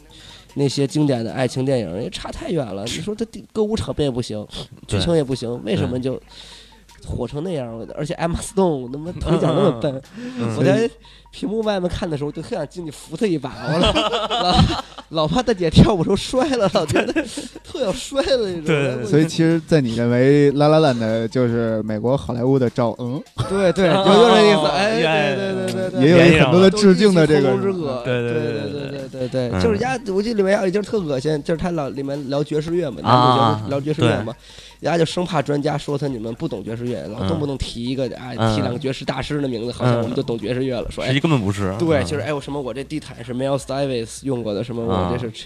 F: 那些经典的爱情电影，也差太远了。你说这歌舞场面也不行，剧
E: 对
F: 情也不行，为什么就火成那样了？而且 Emma Stone 他妈腿脚那么笨，
E: 嗯
F: 我在屏幕外面看的时候，就特想进去扶他一把，我老老老怕大姐跳舞时候摔了，老觉得特想摔了那种。
E: 对
F: 然后我就
D: 哦所以其实，在你认为拉拉烂的就是美国好莱坞的赵嗯，
F: 对 对，
E: 啊
F: 有有这意
E: 啊
F: 思，
E: 啊
F: 哎，
E: 哎
F: 对对对对对，
D: 也
E: 原因
D: 有很多的
F: 都
D: 致敬的这个
F: 异曲同工之
D: 人。
F: 恶，
E: 对对
F: 对
E: 对对
F: 对对对
E: 嗯
F: 对，就是家，我记得里面有一就是特恶心，就是他老里面聊爵士乐嘛，
E: 啊
F: 男主角聊爵士乐嘛，人家就生怕专家说他你们不懂爵士乐，老动不动提一个哎
E: 嗯
F: 提两个爵士大师的名字，好像
E: 嗯
F: 我们就懂爵士乐了，说
E: 实际
F: 哎。
E: 根本不是。
F: 对，
E: 嗯
F: 就是哎，我什么我这地毯是 Miles Davis 用过的，什么
E: 啊
F: 我这是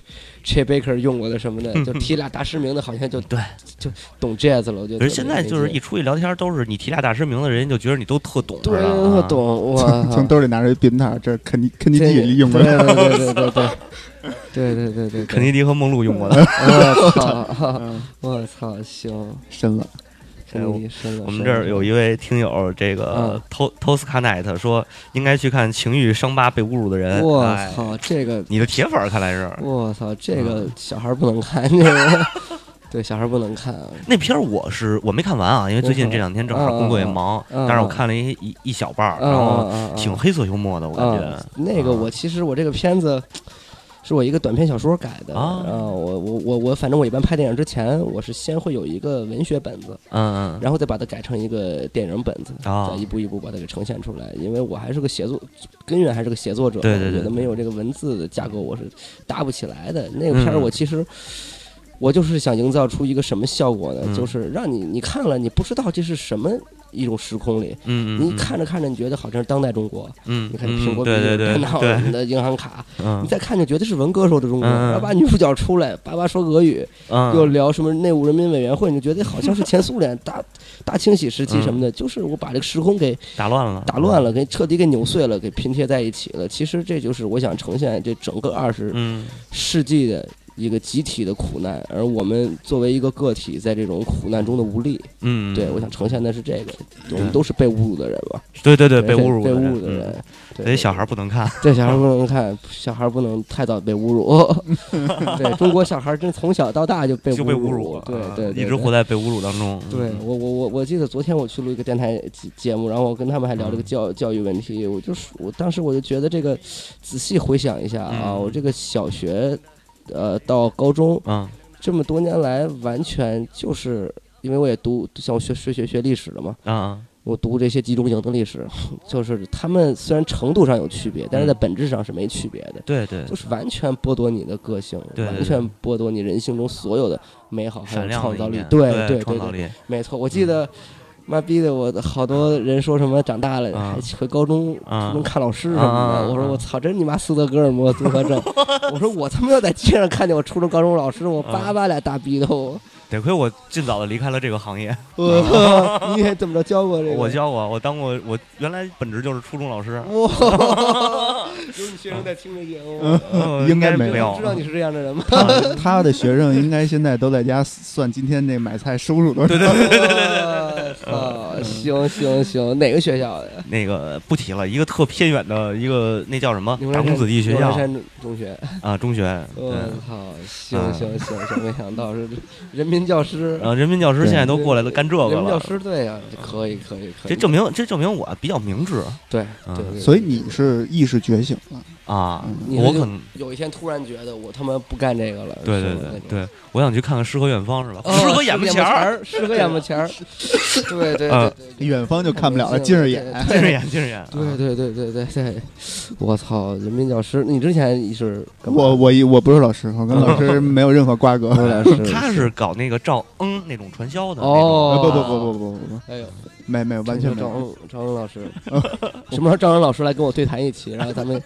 F: Chet Baker 用过的什么的，就提俩大师名的，好像就
E: 对，
F: 就懂 jazz 了。我
E: 可
F: 觉得特别没劲。
E: 是现在就是一出去聊天，都是你提俩大师名字，人家就觉得你都特懂似
F: 对
E: 的啊，
F: 特懂，我
D: 从兜里拿着一冰塔，啊这肯尼肯尼
F: 这
D: 基里用过的。
F: 对对对对对对对对对，
E: 肯尼迪和梦露用过的。
F: 我操！我操！行，
D: 深了，
F: 肯定深 了。
E: 我们这儿有一位听友，这个
F: 嗯
E: To Tosca Night 说，应该去看《情欲伤疤被侮辱的人》。
F: 我
E: 哎，
F: 操，这个
E: 你的铁粉儿看来是
F: 我操，这个小孩不能看，这个对小孩不能看啊。
E: 那片儿，我是我没看完啊，因为最近这两天正好工作也忙，
F: 嗯嗯嗯嗯嗯
E: 但是我看了一一一小半儿，然后挺黑色幽默的，我感觉
F: 啊。，那个我其实我这个片子。是我一个短篇小说改的
E: 啊
F: 然后我我我我，反正我一般拍电影之前，我是先会有一个文学本子，
E: 嗯嗯
F: 然后再把它改成一个电影本子，
E: 啊
F: 再一步一步把它给呈现出来。因为我还是个写作，根源还是个写作者，
E: 对对对
F: 我觉得
E: 对
F: 没有这个文字的架构我是搭不起来的。那个片儿
E: 嗯
F: 我其实。我就是想营造出一个什么效果呢？
E: 嗯
F: 就是让你你看了，你不知道这是什么一种时空里，
E: 嗯嗯，
F: 你看着看着，你觉得好像是当代中国，
E: 嗯，嗯，
F: 你看
E: 嗯
F: 苹果笔
E: 对
F: 记
E: 对
F: 本、
E: 对
F: 电脑、
E: 对
F: 你，的银行卡，
E: 嗯
F: 你再看就觉得是文革时候的中国。
E: 嗯嗯
F: 然后把女主角出来，叭叭说俄语，
E: 嗯，
F: 又聊什么内务人民委员会，你就觉得好像是前苏联 大大清洗时期什
E: 嗯
F: 么的，就是我把这个时空给
E: 打乱了，
F: 打乱了，给彻底给扭碎了，给拼贴在一起了。其实这就是我想呈现这整个二十
E: 嗯。
F: 世纪的一个集体的苦难，而我们作为一个个体，在这种苦难中的无力。
E: 嗯，嗯
F: 对，我想呈现的是这个，我们都是被侮辱的人嘛，
E: 对对对，
F: 被
E: 侮辱
F: 被侮辱
E: 辱
F: 的人，，对
E: 所以小孩儿不能看。
F: 对，小孩儿不能看，小孩儿不能太早被侮辱。 对中国小孩儿真从小到大就被
E: 就被
F: 侮
E: 侮辱了，
F: 对
E: 啊
F: 对，对
E: 一直活在被侮辱当中。
F: 对
E: 嗯
F: 我我我我记得昨天我去录一个电台节节目，然后我跟他们还聊
E: 嗯
F: 这个教教育问题，我就是我当时我就觉得这个仔细回想一下啊，
E: 嗯
F: 我这个小学呃到高中
E: 嗯
F: 这么多年来，完全就是因为我也读像我学学学学历史的嘛，
E: 啊
F: 我读这些集中营的历史， 就是他们虽然程度上有区别，但是在
E: 嗯
F: 本质上是没区别的。
E: 对对，
F: 就是完全剥夺你的个性，
E: 对对
F: 完全剥夺你人性中所有的美好还
E: 闪
F: 有
E: 亮
F: 创
E: 的
F: 造
E: 一
F: 力
E: 面。
F: 对
E: 对
F: 对
E: 创
F: 对
E: 造力。
F: 没错，我记
E: 嗯
F: 得，妈逼的，我好多人说什么长大了
E: 啊
F: 还回高中、
E: 啊
F: 初中看老师什么
E: 啊
F: 的，我说
E: 啊
F: 我操，真你妈斯德哥尔摩综 合症！我说我他妈要在街上看见我初中、高中老师，我
E: 啊
F: 叭叭俩大 逼头，
E: 得亏我尽早的离开了这个行业。
F: 我操！你也怎么着教 过这个？
E: 我教过，我当过，我原来本职就是初中老师，
F: 哇！有你学生在听这节目，
E: 呃
D: 应该
E: 该
D: 没
E: 没有嗯
F: 知。道你是这样 的人吗？
D: 他他的学生应该现在都在家算今天这买菜收入多少。
E: 对对对对对对对，
F: 我操！啊，行行行，哪个学校的呀？
E: 那个不提了，一个特偏远的一个那叫什么
F: 牛
E: 打
F: 栏
E: 工
F: 山
E: 子弟学
F: 牛栏
E: 校
F: 山呃中学。
E: 啊，中学，
F: 我
E: 对。
F: 靠，
E: 嗯
F: 行行行行，没想到是人民教师
E: 然，后呃人民教师现在都嗯过来了干这个
F: 人民教
E: 了，
F: 师对呀，可以可以可以，
E: 这证明这证明我比较明智
F: 对
E: 嗯
F: 对对，
D: 所以你是意识觉醒了，
E: 啊，
F: 嗯你
E: 我
F: 就
E: 可能
F: 有一天突然觉得我他妈不干这个了，
E: 对
F: 是
E: 对
F: 吧
E: 对。
F: 那种
E: 对，我想去看看诗和远方是吧？
F: 哦
E: 诗和眼巴前儿，
F: 儿，诗和眼巴前儿，对对
E: 嗯
F: 对对对，
D: 远方就看不了了，近着眼。
E: 近视眼近视眼，
F: 对对对对对对，我操！人民教师，你之前是干嘛
D: 我我一我不是老师，我跟老 师没有任何瓜葛。
F: 不是老 师，
E: 他是搞那个赵嗯那种传销的那种
F: 哦
D: 呃，不不不不不不不，
F: 不，哎呦，
D: 没没有完全没
F: 张
D: 有。
F: 张文老师， 什么时候张文老师来跟我对谈一期，然后咱们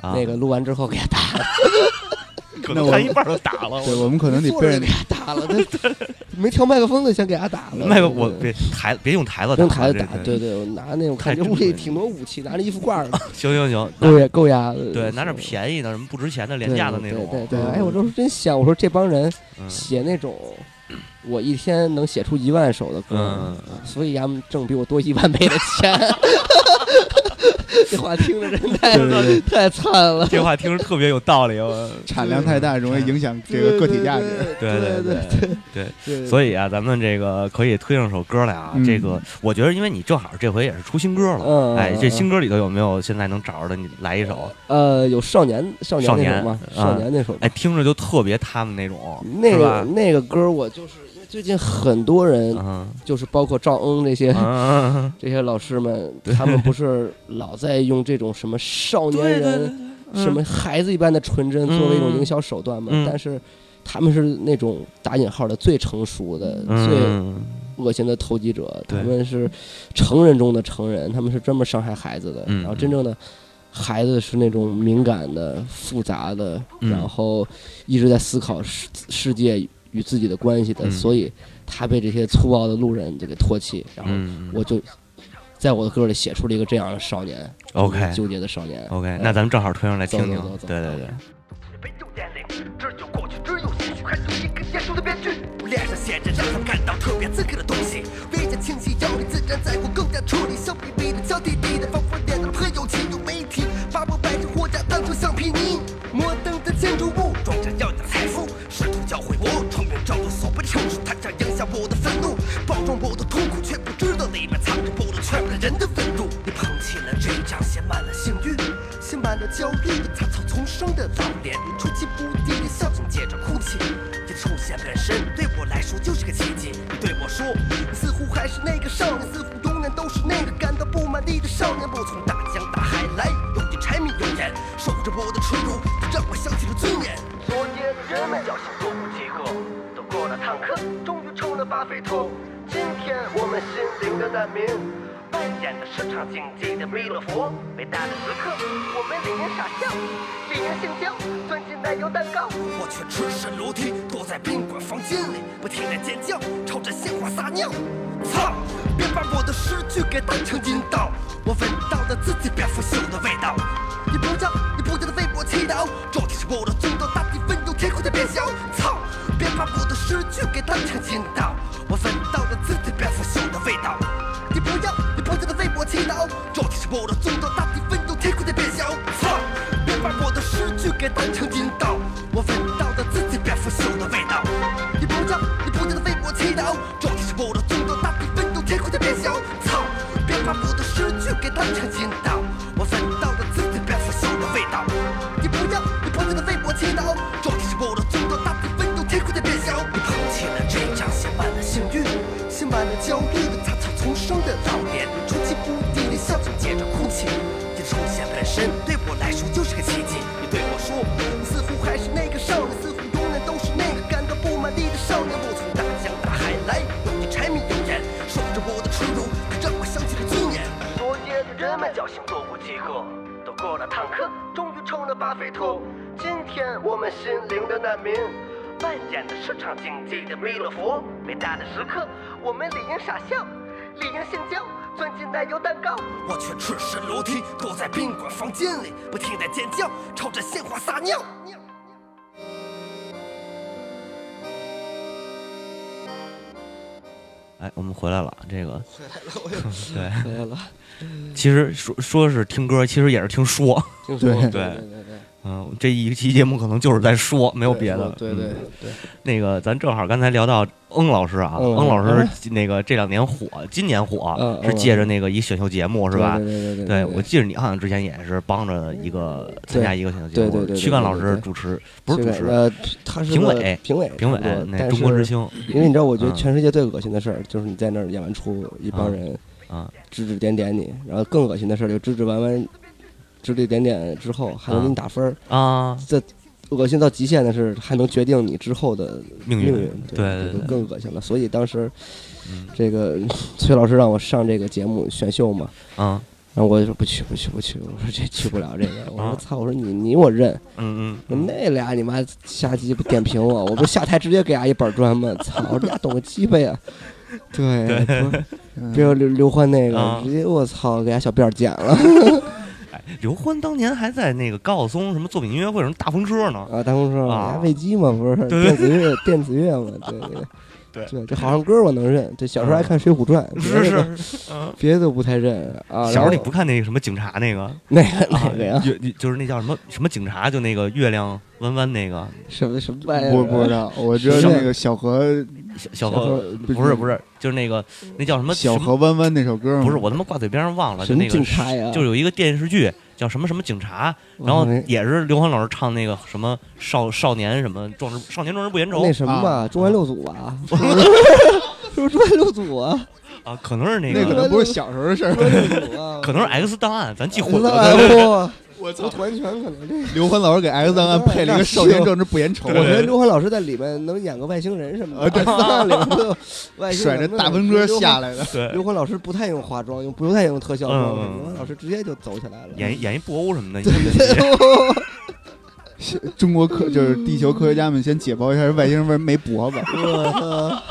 E: 啊，
F: 那个录完之后给他打，
E: 可
D: 那
E: 能
D: 我
E: 看一半儿都打了，
D: 对
E: 我
D: 我们可能得
F: 坐着
D: 背
F: 就
D: 着
F: 给他打了， 他没调麦克风的先给他打了，
E: 麦克我
F: 对
E: 别台别用台子打
F: 用
E: 了，
F: 台子
E: 这
F: 打，对对，我拿那种
E: 太
F: 感觉
E: 真
F: 屋里
E: 了
F: 挺多武器，拿着衣服挂着呢，
E: 行行行，拿
F: 够呀够呀，呃
E: 对拿点
F: 是
E: 便宜的什么不值钱的廉
F: 对
E: 价的那种，啊
F: 对对
D: 对
F: 对，哎，我当时真想，我说这帮人
E: 嗯
F: 写那种，我一天能写出一万首的歌
E: 嗯，
F: 所以他们挣比我多一万倍的钱。 这话听着真太
D: 对 对对
F: 太惨了，
E: 这话听着特别有道理，我
D: 产量太大，容易影响这个个体价值。
E: 对
F: 对
E: 对
F: 对
E: 对
F: 对，
E: 所以啊，咱们这个可以推上首歌来啊。
D: 嗯
E: 这个我觉得，因为你正好这回也是出新歌了，
F: 嗯
E: 哎，
F: 嗯
E: 这
F: 嗯
E: 新歌里头有没有现在能找着的？你来一首，
F: 呃，有少年少年
E: 少
F: 那
E: 年
F: 首吗？
E: 啊
F: 少年那首，
E: 哎，听着就特别他们那种，
F: 那
E: 是
F: 个
E: 吧？
F: 那个歌我就是因为最近很多人
E: 嗯
F: 就是包括赵恩这些
E: 嗯嗯，嗯
F: 这些老师们，他们不是老在用这种什么少年
E: 对对对
F: 人、什么孩子一般的纯真作为一种营销手段嘛？
E: 嗯
F: 但是他们是那种打引号的最成熟的、
E: 嗯，
F: 最恶心的投机者，他
E: 对
F: 们是成人中的成人，他们是专门伤害孩子的。
E: 嗯
F: 然后真正的孩子是那种敏感的、复杂的，
E: 嗯
F: 然后一直在思考世世界与自己的关系的，
E: 嗯
F: 所以他被这些粗暴的路人就给唾弃，然后
E: 嗯
F: 我就在我的歌里写出了一个这样的少年
E: OK
F: 纠结的少年。哎
E: OK，那咱们正好推上来听听
F: 走走走，走
E: 对对对。
C: 没有眼泪，这儿有过去，只有唏嘘，还有一个严肃的编剧。脸上写着让他们感到特别深刻的东西，微加清晰，有理自然在乎，更加处理，笑眯眯的，娇滴滴的，仿佛脸上喷有情有媒体，把我白纸货架当成橡皮泥，摩登的建筑物装着耀眼的财富，试图教会我成名照着所谓的成熟，他想影响我的愤怒，包装我的痛苦，却不知道里面藏着我的全部的人的温度。你捧起了这张写满了幸运，写满了焦虑，杂草丛生的老年，出其不意的笑声接着哭泣。这出现本身对我来说就是个奇迹。你对我说，你似乎还是那个少年，似乎永远都是那个感到不满意的少年。我从大江大海来，用你柴米油盐，守着我的耻辱，让我想起了尊严。昨夜的人们侥幸躲过饥饿，躲过了坦克，终于成了巴菲特。今天我们心灵的难民，扮演的市场经济的弥勒佛。伟大的时刻，我们李宁傻笑，李宁性交，钻进奶油蛋糕。我却赤身裸体躲在宾馆房间里，不停地尖叫，朝着鲜花撒尿。操！别把我的诗句给当成阴道，我闻到了自己蝙蝠嗅的味道。你不要，你不要的为我祈祷，这里是我的宗教，大地温柔，天空的变小。操！别把我的诗句给当成阴道，我闻到了自己蝙蝠嗅的味道。你不要，你不要的为我祈祷，这里是我的宗教，大地温柔，天空的变小。操！别把我的诗句给当成阴道，我闻到了自己蝙蝠嗅的味道。你不要，你不要的为我祈祷，这里是我的宗教，大地温柔，天空的变小。操！别把我的诗句给当成阴道，我闻到了自己蝙蝠嗅的味道。你不要，你不要的为我祈祷，这里是我的宗教，大地温柔，天空的变小。你捧起了这张写满了幸运，写满了焦虑的杂草丛生的老年，出其不意的笑声接着哭泣。你出现本身对我来说就是个奇迹。你对我说，你似乎还是那个少年，似乎永远都是那个感到不满意的少年。我从大江大海来，有你柴米油盐，守着我的耻辱，可让我想起了尊严。昨夜的人们侥幸躲过饥饿，躲过了坦克，终于成了巴菲特。今天我们心灵的难民，扮演的市场经济的弥勒佛。伟大的时刻，我们理应傻笑，理应性交，钻进奶油蛋糕。我却赤身裸体躲在宾馆房间里，不停地尖叫，朝着鲜花撒尿。
E: 哎，我们回来了，这个 对，
F: 回来了，
E: 其实说说是听歌，其实也是听说，
F: 听说
D: 对
F: 对对对，
E: 嗯，这一期节目可能就是在说，没
F: 没
E: 有别的，
F: 对对
E: 嗯
F: 对，
E: 那个，咱正好刚才聊到嗯老师啊，
F: 嗯
E: 嗯老师那个这两年火，今年火、
F: 嗯嗯
E: 是借着那个一选秀节目是吧？
F: 对对对
E: 我记得你好像之前也是帮着一个参加一个选秀节目，
F: 对对对对
E: 躯干老
F: 对
E: 师
F: 对
E: 主持，不是主持，
F: 呃，他是
E: 评
F: 个
E: 委
F: 评委，
E: 评委
F: 差不多
E: 那
F: 呃但
E: 中国
F: 是
E: 之星
F: 因为你知道，我觉得
E: 嗯
F: 全世界最恶心的事儿就是你在那儿演完出，一帮
E: 嗯
F: 人
E: 啊，
F: 指指点点你，然后更恶心的事儿就指指完完，指指点点之后还
E: 嗯
F: 能给你打分儿，
E: 啊，
F: 恶心到极限的是还能决定你之后的
E: 命
F: 运，
E: 对
F: 就
E: 对对，
F: 更恶心了。所以当时
E: 嗯
F: 这个 崔老师让我上这个节目选秀嘛，
E: 啊，
F: 然后我就说不去不去不去，我说这去不了这 个，我说
E: 啊
F: 操，我说你你我认，
E: 嗯嗯嗯，
F: 那俩你妈瞎鸡巴点评我，我不下台直接给俺一板砖吗？操，这俩懂个鸡巴呀！对，不别
D: 嗯
F: 说刘刘欢那个
E: 啊，
F: 直接我操，给俺小辫儿剪了
E: 哎，刘欢当年还在那个高晓松什么作品音乐会什么大风车呢，
F: 啊！大风说
E: 啊
F: 哎喂鸡嘛，不是
E: 对
F: 电子乐，电子乐嘛，对对
E: 对嗯
F: 对，这好唱歌我能认，这小时候爱看《水浒传》，别的
E: 是是是，嗯
F: 别的不太认啊。
E: 小时候你
F: 然后
E: 不看那个什么警察那 个，
F: 那个
E: 啊
F: 那个呀，
E: 月就是那叫什么什么警察，就那个月亮弯弯那个
F: 什么什么玩意儿？啊
D: 我不知道，我知道那个小河
E: 小小
F: 小
E: 何，
F: 时候
E: 不是不是，就是那个那叫什么
D: 小
E: 什么
D: 河弯弯那首歌吗
E: 不是我他妈挂嘴边上忘了，就
F: 什么
E: 那个
F: 嗯警察呀？
E: 就是有一个电视剧叫什么什么警察，
F: 我
E: 然后
F: 没
E: 也是刘欢老师唱那个什么少少年什么壮志少年壮志不言
F: 那
E: 愁
F: 什么吧，中原六祖吧，
E: 啊
F: 是不是中原六祖 啊？
E: 啊，可能是那
D: 那可
E: 个
D: 能不是小时候的事儿。
F: 中原六祖啊，
E: 可能是 X 档案，咱记
F: 我
E: 混
F: 操
E: 了。
F: 哎呦
D: 我
F: 我！完全可能这个。
D: 刘欢老师给 X 档案配了一个少年政治不言愁，
F: 我 觉得刘欢老师在里面能演个外星人什
E: 啊
F: 么的，对， 里面都有外星
D: 甩
F: 人
D: 着大风车下
F: 来。
D: 来的。
E: 对，
F: 刘欢老师不太用化妆，用不太用特效妆，
E: 嗯嗯嗯
F: 刘欢老师直接就走起来了。
E: 演演一布欧什么的，你
D: 中国科就是地球科学家们先解剖一下外星人为什么没脖子，
F: 我操，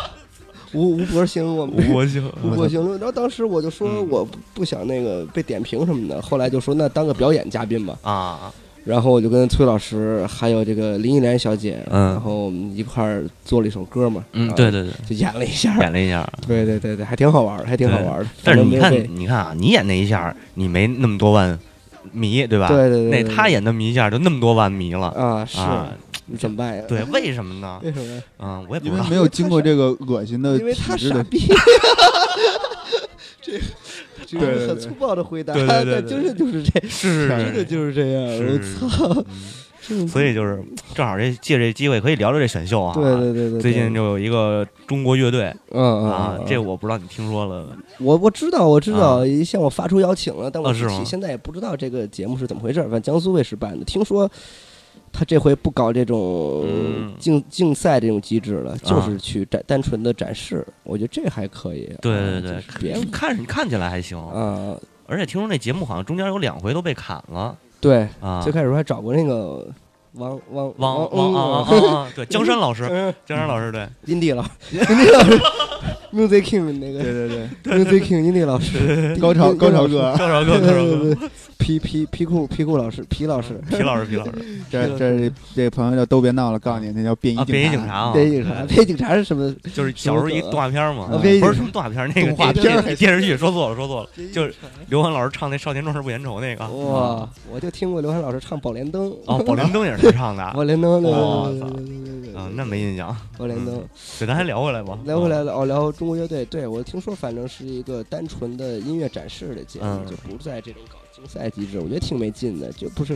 F: 吴吴博兴我们。
E: 我就
F: 吴博兴，然后当时我就
E: 嗯
F: 说我不不想那个被点评什么的，后来就说那当个表演嘉宾吧。
E: 啊，
F: 然后我就跟崔老师还有这个林忆莲小姐，
E: 嗯
F: 然后我们一块儿做了一首歌嘛，
E: 嗯
F: 啊，
E: 对，对对，
F: 就演了一下，
E: 演了一下。
F: 对对对对，还挺好玩儿，还挺好玩儿的。
E: 但是
F: 反正
E: 你
F: 没有
E: 看
F: 被，
E: 你看啊，你演那一下，你没那么多万迷，对吧？
F: 对对对
E: 那
F: 对对
E: 他演那么一下，就那么多万迷了
F: 啊，是
E: 啊！
F: 你怎么办呀？，
E: 对，为什么呢？
F: 为什么呀？
E: 嗯，我也不
D: 因
E: 知
D: 为
E: 道
D: 没。有经过这个恶心的
F: 因为他
D: 体制
F: 傻
D: 的。
F: 逼。这个
D: 对
F: 这
D: 对
F: 是
D: 对
F: 很粗暴的回答，
E: 对对对对
F: 但真的就是这，
E: 是
F: 真的就是这样。
E: 是
F: 我操！
E: 嗯 所以就是正好这借这机会可以聊聊这选秀啊。
F: 对呃对对对对，
E: 最近就有一个中国乐队
F: 嗯嗯
E: 啊
F: 嗯，
E: 这我不知道你听说了
F: 我我知道我知道，向我发出邀请了，但我
E: 啊
F: 具
E: 是
F: 体
E: 吗
F: 现在也不知道这个节目是怎么回事儿。反正江苏卫视办的，听说他这回不搞这种
E: 嗯
F: 竞、竞赛这种机制了，就
E: 啊
F: 是去展、单纯的展示。我觉得这还可以。
E: 对
F: 啊
E: 对对
F: 就是别
E: 吗？看你看起来还行，
F: 啊，
E: 而且听说那节目好像中间有两回都被砍了
F: 对，
E: 啊
F: 最。开始我还找过那个王王
E: 王王
F: 嗯
E: 啊啊啊啊！对，江山老师，
F: 嗯
E: 江山老师对，
F: 印地老师，印地老师，Music King 那
D: 对
F: 个
D: 对对，
F: Music King 印地老师，
D: 高潮
F: 印
D: 高潮，
F: 印地老师
D: 哥，
E: 高潮哥，
F: 对
E: 高潮
F: 对
E: 哥，
F: 对，皮皮皮裤皮裤老师，皮老师，
E: 皮老师，皮老师
D: 这这这朋友叫都别闹了，告诉你那叫便
E: 啊，
D: 衣
E: 便衣
D: 警
E: 警察 啊，
F: 别警察，别警察是什 么？
E: 就是小时候一动画片嘛，
F: 啊
E: 不
F: 别
E: 是什么动画片，那个
D: 动画片
E: 电
D: 还
E: 电电视剧，说错了，说错了，就是刘欢老师唱那《少年壮士不言愁》那个，
F: 哇！我就听过刘涵老师唱《宝莲灯》
E: 哦，《宝莲灯》也是他唱的啊，
F: 宝莲灯，对
E: 哇
F: 对对
E: 塞嗯
F: 对对对对对
E: 那嗯没印象。
F: 宝莲灯。
E: 对，咱还聊回来吧，
F: 聊回
E: 啊
F: 来了，哦，聊中国乐队。对我听说，反正是一个单纯的音乐展示的节目，
E: 嗯
F: 就不在这种搞竞赛机制，我觉得挺没劲的。就不是，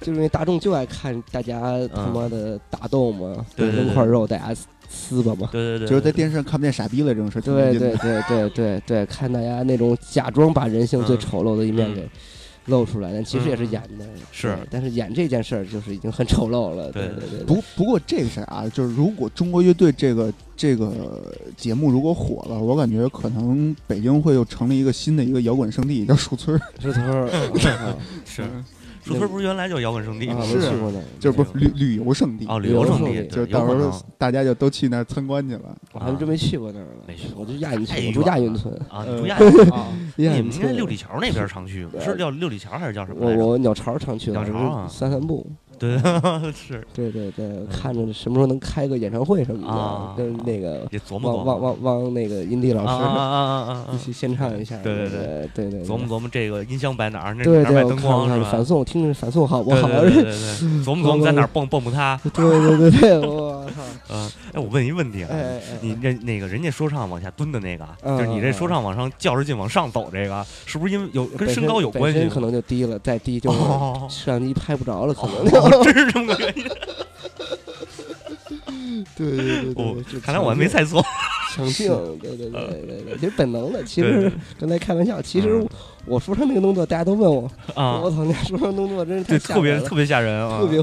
F: 就是因为大众就爱看大家他妈的打斗嘛，
E: 嗯对对对
F: 扔块肉大家撕吧嘛。
E: 嗯对对对，
D: 就是在
E: 对
D: 电视上看不见傻逼了这种事儿。挺没
F: 对
D: 劲的
F: 对对对对对，看大家那种假装把人性最丑陋的一面
E: 嗯
F: 给露出来，但其实也是演的。
E: 是
F: 对但是演这件事儿就是已经很丑陋了。
E: 对
F: 对对，
D: 不不过这个事儿啊，就是如果中国乐队这个这个节目如果火了，我感觉可能北京会又成立一个新的一个摇滚圣地，叫树村儿，
F: 是头 儿，我靠
E: 是树村不是原来就是摇滚圣地
F: 嗯啊
E: 吗？
D: 是
F: 没去过呢，
D: 就是不是旅旅游圣地
E: 哦，
F: 旅
E: 旅
F: 游
E: 游圣
F: 胜
E: 地，
F: 地
D: 就
E: 对
D: 到
E: 有可
D: 时
E: 能
D: 候大家就都去那儿参观去了。
F: 我还真没去过那儿呢。
E: 没去过
F: 我就亚运
E: 太
F: 村，
E: 远
F: 我住亚运
E: 了
F: 村。
E: 啊，
D: 呃
E: 不 亚 你
D: 啊，
F: 亚
E: 你们
F: 运
E: 应该
F: 村
E: 六里桥那边常去，是叫六里桥还是叫什么
F: 我
E: 来着？
F: 我鸟巢常去了，
E: 鸟巢啊
F: 散散步。
E: 对， 是
F: 对对对，看着什么时候能开个演唱会什么
E: 啊
F: 的，跟那个
E: 也琢磨琢
F: 汪汪
E: 磨
F: 汪汪那个音帝
E: 啊啊
F: 老
E: 啊啊啊
F: 师一起献唱一下，
E: 对对
F: 对
E: 对
F: 对对对，
E: 琢磨琢磨这个音箱摆哪儿，那
F: 对
E: 哪儿摆
F: 对，我
E: 灯
F: 看
E: 光是
F: 看
E: 吧？
F: 反送，听听反送好不
E: 对
F: 好？
E: 对对对对，琢 磨琢磨在哪儿蹦蹦蹦它。
F: 对对对对，我 操！
E: 嗯，哎，我问一问题啊
F: 哎，哎哎，
E: 你这那个人家说唱往下蹲的那个啊，
F: 嗯
E: 就是你这
F: 嗯
E: 说唱往上较着劲往上走这个啊，是不是因为有跟
F: 本
E: 身
F: 身
E: 高有
F: 本
E: 关系
F: 身
E: 吗？
F: 可能就低了，再低就
E: 哦
F: 摄像机拍不着了， 可能。
E: 哦，真是这么个原因。
F: 对对对
E: 哦
F: 对就，
E: 看来我还没
F: 强
E: 猜错。
F: 性，强性，对对对对对对，其实本能的。其
E: 呃对 对
F: 实刚才开玩笑，其实
E: 嗯
F: 我说唱那个动作，大家都问 我，
E: 啊
F: 我，操，那说唱动作真是太
E: 对，
F: 吓
E: 特别
F: 人了
E: 特别吓人啊，
F: 特别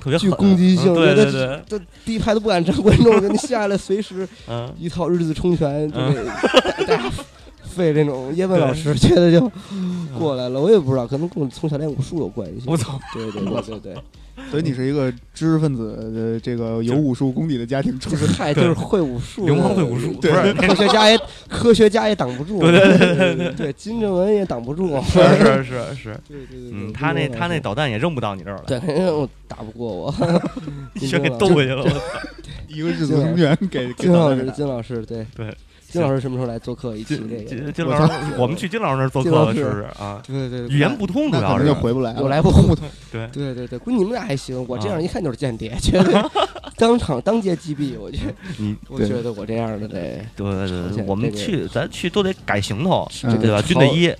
E: 特别
F: 具
E: 狠
F: 攻击性
E: 嗯对
F: 觉
E: 对
F: 得
E: 对，
F: 这第一排都不敢站，观众给你下来，随时
E: 嗯，
F: 一套日字冲拳就
E: 嗯
F: 给大家费这种。叶问老师觉得就过来了，我也不知道，可能跟我从小练武术有关系。
E: 我操，
F: 对对对对对，
D: 所以你是一个知识分子的这个有武术功底的家庭出
F: 就
D: 身
F: 是。太就是会武术，
E: 流氓会武术，不
D: 对
E: 是
F: 科学家也科学家也挡不住，
E: 对对对
F: 对对金正恩也挡 不住，
E: 是是是是，
F: 对对对，
E: 嗯，他那他那导弹也扔不到你这儿来，
F: 对， 肯定我打不过我，
E: 一拳给兜回去了，我操
D: 一个日子公园给给
F: 金
D: 到
F: 老
D: 那
F: 师，
D: 个
F: 金老师，对
E: 对，
F: 金老师什么时候来做客一起
E: 金
F: 这个？
E: 金金老师，我们去金老师那儿做客了，
F: 金
E: 是
F: 老
E: 不
F: 师
E: 是啊？
F: 对对对，
E: 语言不通主
D: 那
E: 要
D: 可能
E: 是
D: 就，回不来了。
F: 我来不通，
E: 对，
F: 对对对，估计你们俩还行，我这
E: 啊
F: 样一看就是间谍，绝对当场当街击毙。我觉得，
E: 你
F: 我
D: 对
F: 觉得我这样的得
E: 对对对
F: 朝
E: 对，
F: 鲜
E: 我们
F: 这个
E: 去咱去都得改行头，
D: 嗯
E: 对吧？
F: 朝
E: 军队衣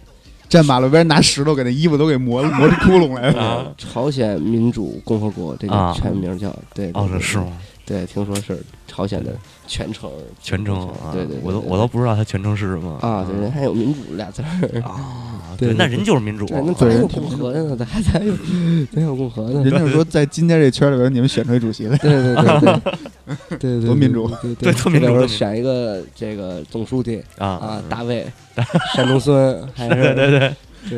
D: 站马路边拿石头给那衣服都给磨磨出窟窿来了。
E: 啊，
F: 呃朝鲜民主共和国这
E: 啊
F: 个全名叫对，对
E: 哦，
F: 对
E: 是是吗？
F: 对，听说是朝鲜的全称
E: 全称啊，
F: 对对，对
E: 我都
F: 对
E: 我都不知道他全称是什么
F: 啊，对，人还有民主俩字儿，
E: 啊，对，
F: 对对
E: 那
F: 对
E: 人就是民主，
F: 对，那
E: 啊
F: 咱有共和呢，咱 还咱有咱有共和 呢，
D: 人家说在今天这圈里边，你们选出一主席来，
F: 对对对 对对对，
D: 多民主，
F: 对
E: 对多民主
F: 这边
E: 多
F: 儿
E: 民主
F: 选一个这个总书记
E: 啊
F: 啊，大卫，山东孙，还是
E: 对对对，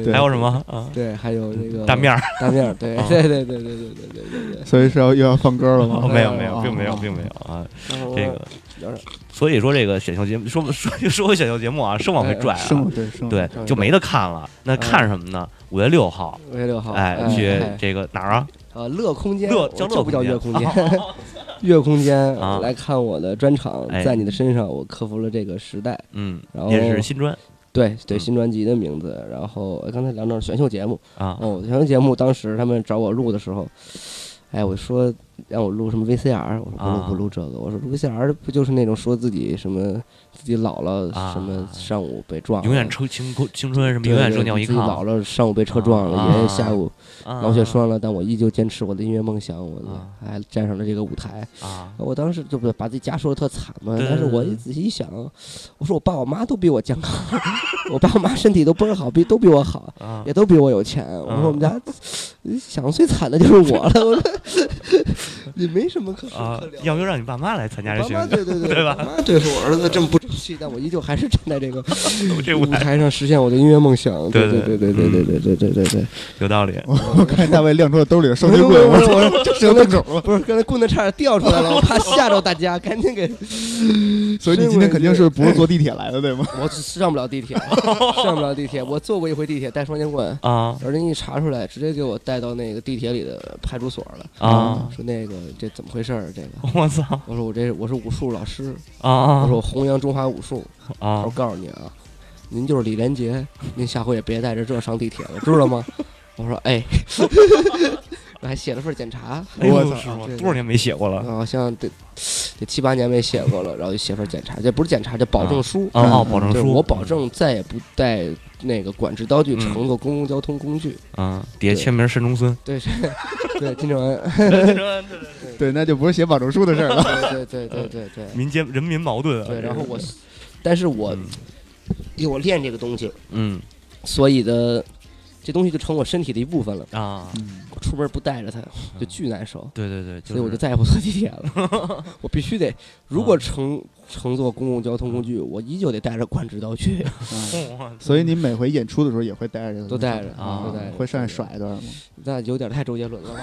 F: 对，
E: 还有什么啊？
F: 对，还有那个
E: 大面儿，
F: 大面儿，对
E: 啊
F: 对对对对对对对对对。
D: 所以是要又要放歌了吗？
E: 没有没有，
D: 啊
E: 并没有，
D: 啊
E: 并没有啊。
F: 然后
E: 这个，
F: 聊点
E: 所以说这个选秀节目，说说 说回选秀节目啊，生往
F: 哎
E: 回拽
D: 生
E: 啊
D: 活，对生活
E: 对，就没得看了。那看什么呢？五月六号，
F: 五月六号，
E: 哎，去
F: 嗯哎
E: 这个哪儿啊？
F: 呃乐空间，
E: 乐
F: 我
E: 叫乐
F: 就不叫月
E: 空
F: 空
E: 间
F: 间，月空间
E: 啊
F: 来看我的专场
E: 哎，
F: 在你的身上，我克服了这个时代。
E: 嗯
F: 然，后
E: 也是新专
F: 对对，
E: 嗯
F: 新专辑的名字。然后呃刚才聊到了选秀节目，
E: 啊
F: 哦，选秀节目当时他们找我录的时候，哎，我说让我录什么 VCR，我说不录
E: 啊
F: 不录这个，我说录 VCR 不就是那种说自己什么自己老了
E: 啊
F: 什么上午被撞了，
E: 永远青青青春什么
F: 哦对
E: 永远
F: 对
E: 正尿一
F: 自己老
E: 炕，
F: 了上午被车撞
E: 啊
F: 了，爷爷下午
E: 啊
F: 脑血栓了，但我依旧坚持我的音乐梦想，我
E: 啊
F: 还站上了这个舞台。
E: 啊
F: 我当时就不把自己家说的特惨嘛，
E: 对
F: 但是我一仔细一想，我说我爸我妈都比我健康， 我爸我妈身体都倍儿好，比都比我好，
E: 啊
F: 也都比我有钱。我说我们家想最惨的就是我了，我 说你没什么可说
E: 啊
F: 可聊！的。
E: 要不要让你爸妈来参加这
F: 我
E: 选
F: 妈妈
E: 秀？
F: 对对对，
E: 对吧
F: 我妈对付我儿子这么不争气，但我依旧还是站在 这个
E: 这舞
F: 舞
E: 台
F: 台上实现我的音乐梦想。
E: 对嗯
F: 对
E: 对
F: 对对对对对对对对。
E: 有道理，
D: 我看大卫亮出了 兜里的双截棍，我
F: 我
D: 说这是有 动手了。
F: 不是，刚才棍子差点掉出来了，我怕吓着大家， 赶 紧给。
D: 所以你今天肯定是不是 坐地铁来的对吗？
F: 我上不了地铁，上不了地铁。我坐过一回地铁，带双截棍，
E: 啊
F: 而且一查出来，直接给我带到那个地铁里的派出所了。
E: 啊！
F: 说那个这怎么回事儿？这个
E: 我操
F: 我说我这我是武术老师，
E: 啊
F: 我
E: 啊
F: 说我弘扬中华武术。
E: 啊
F: 我！告诉你啊，您就是李连杰，您下回也别带着这上地铁了，知道吗？我说哎，我还写了份检查。
E: 哎呦
D: 我
E: 是
F: 操
E: 吗
F: 对对
E: 多少年没写过了？
F: 好像得得七八年没写过了，然后就写份检查，这不是检查，这保证书。
E: 哦哦，
D: 嗯
E: 保证
F: 就是
E: 书，
F: 我保证再也不带那个管制刀具
E: 嗯
F: 乘坐公共交通工具。
E: 啊，底下签名申中孙，
F: 对，是对，金正恩，
D: 对，那就不是写保证书的事儿了。
F: 对对对对对对
E: 民间人民矛盾啊。
F: 对。
E: 这
F: 然后我
E: 是，
F: 但是我
E: 嗯
F: 因为我练这个东西，
E: 嗯
F: 所以的这东西就成我身体的一部分了。
E: 啊，
F: 我出门不带着它，
E: 嗯
F: 就巨难受。
E: 对对对，
F: 嗯所以我就是再也不坐地铁了。 我必须得，如
E: 嗯
F: 果乘乘坐公共交通工具，我依旧得带着管制刀 具。
D: 所以你每回演出的时候也会带着 这个，
F: 都带着
E: 啊
F: 都带着
D: 会上来甩一段吗？
F: 那有点太周杰伦了吧？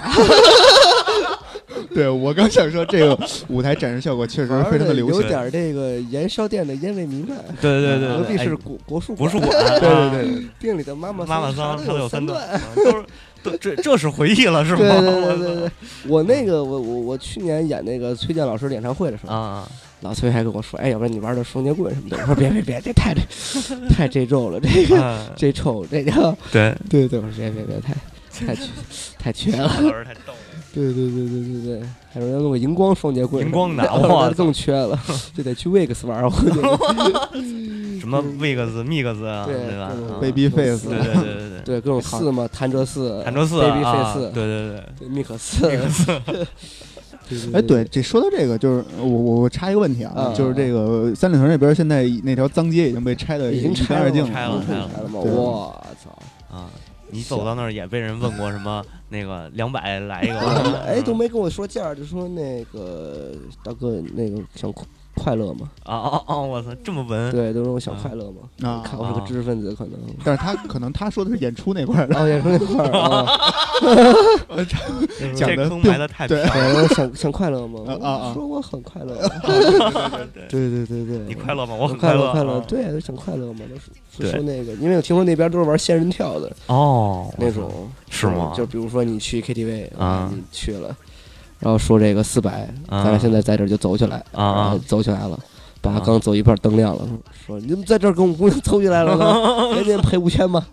D: 对我刚想说，这个舞台展示效果确实非常的流
F: 有
D: 行。
F: 点儿这个盐烧店的烟味弥漫。
E: 对对对对，
F: 隔壁
E: 哎
F: 是国国术
E: 国术 馆，
F: 对
E: 啊嗯
F: 对对，店里的妈妈
E: 妈妈
F: 桑
E: 桑
F: 啥
E: 还
F: 都
E: 有三
F: 段。
E: 段，啊都是都这这是回忆了是吗？
F: 对对对对 对，我那个我我我去年演那个崔健老师的演唱会的时候，
E: 啊，
F: 老崔还跟我说，哎，要不然你玩点双截棍什么的。我说别别别，这太 这太这肉了，这个
E: 啊
F: 这臭这个，
E: 对，
F: 对对，我说别别别，太太缺太缺了。
E: 老师太逗了。
F: 对对对对对对，还说要弄个荧光双截棍什
E: 荧
F: 么，
E: 光的
F: 那
E: 哇
F: 那更缺 了，就得去 Wix 玩儿，我觉得
E: 什么 Wigs、Mix 啊，
F: 对
E: 吧
F: 对
E: 啊？
D: Baby
E: 对
D: face，
E: 对对对对，
F: 对各种四嘛，弹折四，
E: 弹卓四
F: Baby
E: 啊，
F: Face，
E: 对对对，
F: 对密可四，密 可四，对
D: 哎，对，这说到这个，就是呃我我我插一个问题啊
F: 啊，
D: 就是这个三里屯那边现在那条脏街已经被拆的
F: 已经
D: 一
F: 拆
D: 干二净
F: 了，
E: 拆了
F: 拆
E: 拆
F: 了
E: 了
F: 嘛！
D: 对
F: 我操，，
E: 啊，你走到那儿也被人问过什么那个两百来一个 啊
F: 哎，都没跟我说价儿，就说那个大哥，那个想快快乐吗？
E: 啊啊啊！我操，这么文，
F: 对，都说我想快乐吗？
D: 啊。
F: 看我是个知识分子，可能。
D: 但是他可能他说的是演出那块 儿的，
F: 然后演说那块儿啊，
D: 讲
E: 这
D: 的
E: 坑
D: 并
E: 埋的太
D: 对
E: 漂亮了，
F: 我想想快乐吗？
D: 啊啊啊
F: 我说我很快乐。
E: 对
F: 对对对对，
E: 你快乐吗？我很
F: 快
E: 乐，
F: 快乐，
E: 啊
F: 对，我想快乐嘛，都是
E: 对
F: 说那个，因为我听说那边都是玩仙人跳的
E: 哦，
F: 那种，嗯
E: 是吗
F: 就比如说你去 KTV
E: 啊
F: 你去了，然后说这个四百，
E: 啊
F: 咱俩现在在这儿就走起来
E: 啊
F: 然后走起来了。爸刚走一半，灯亮了，说你怎么在这儿跟我姑娘凑起来了呢？赶紧赔五 千吧。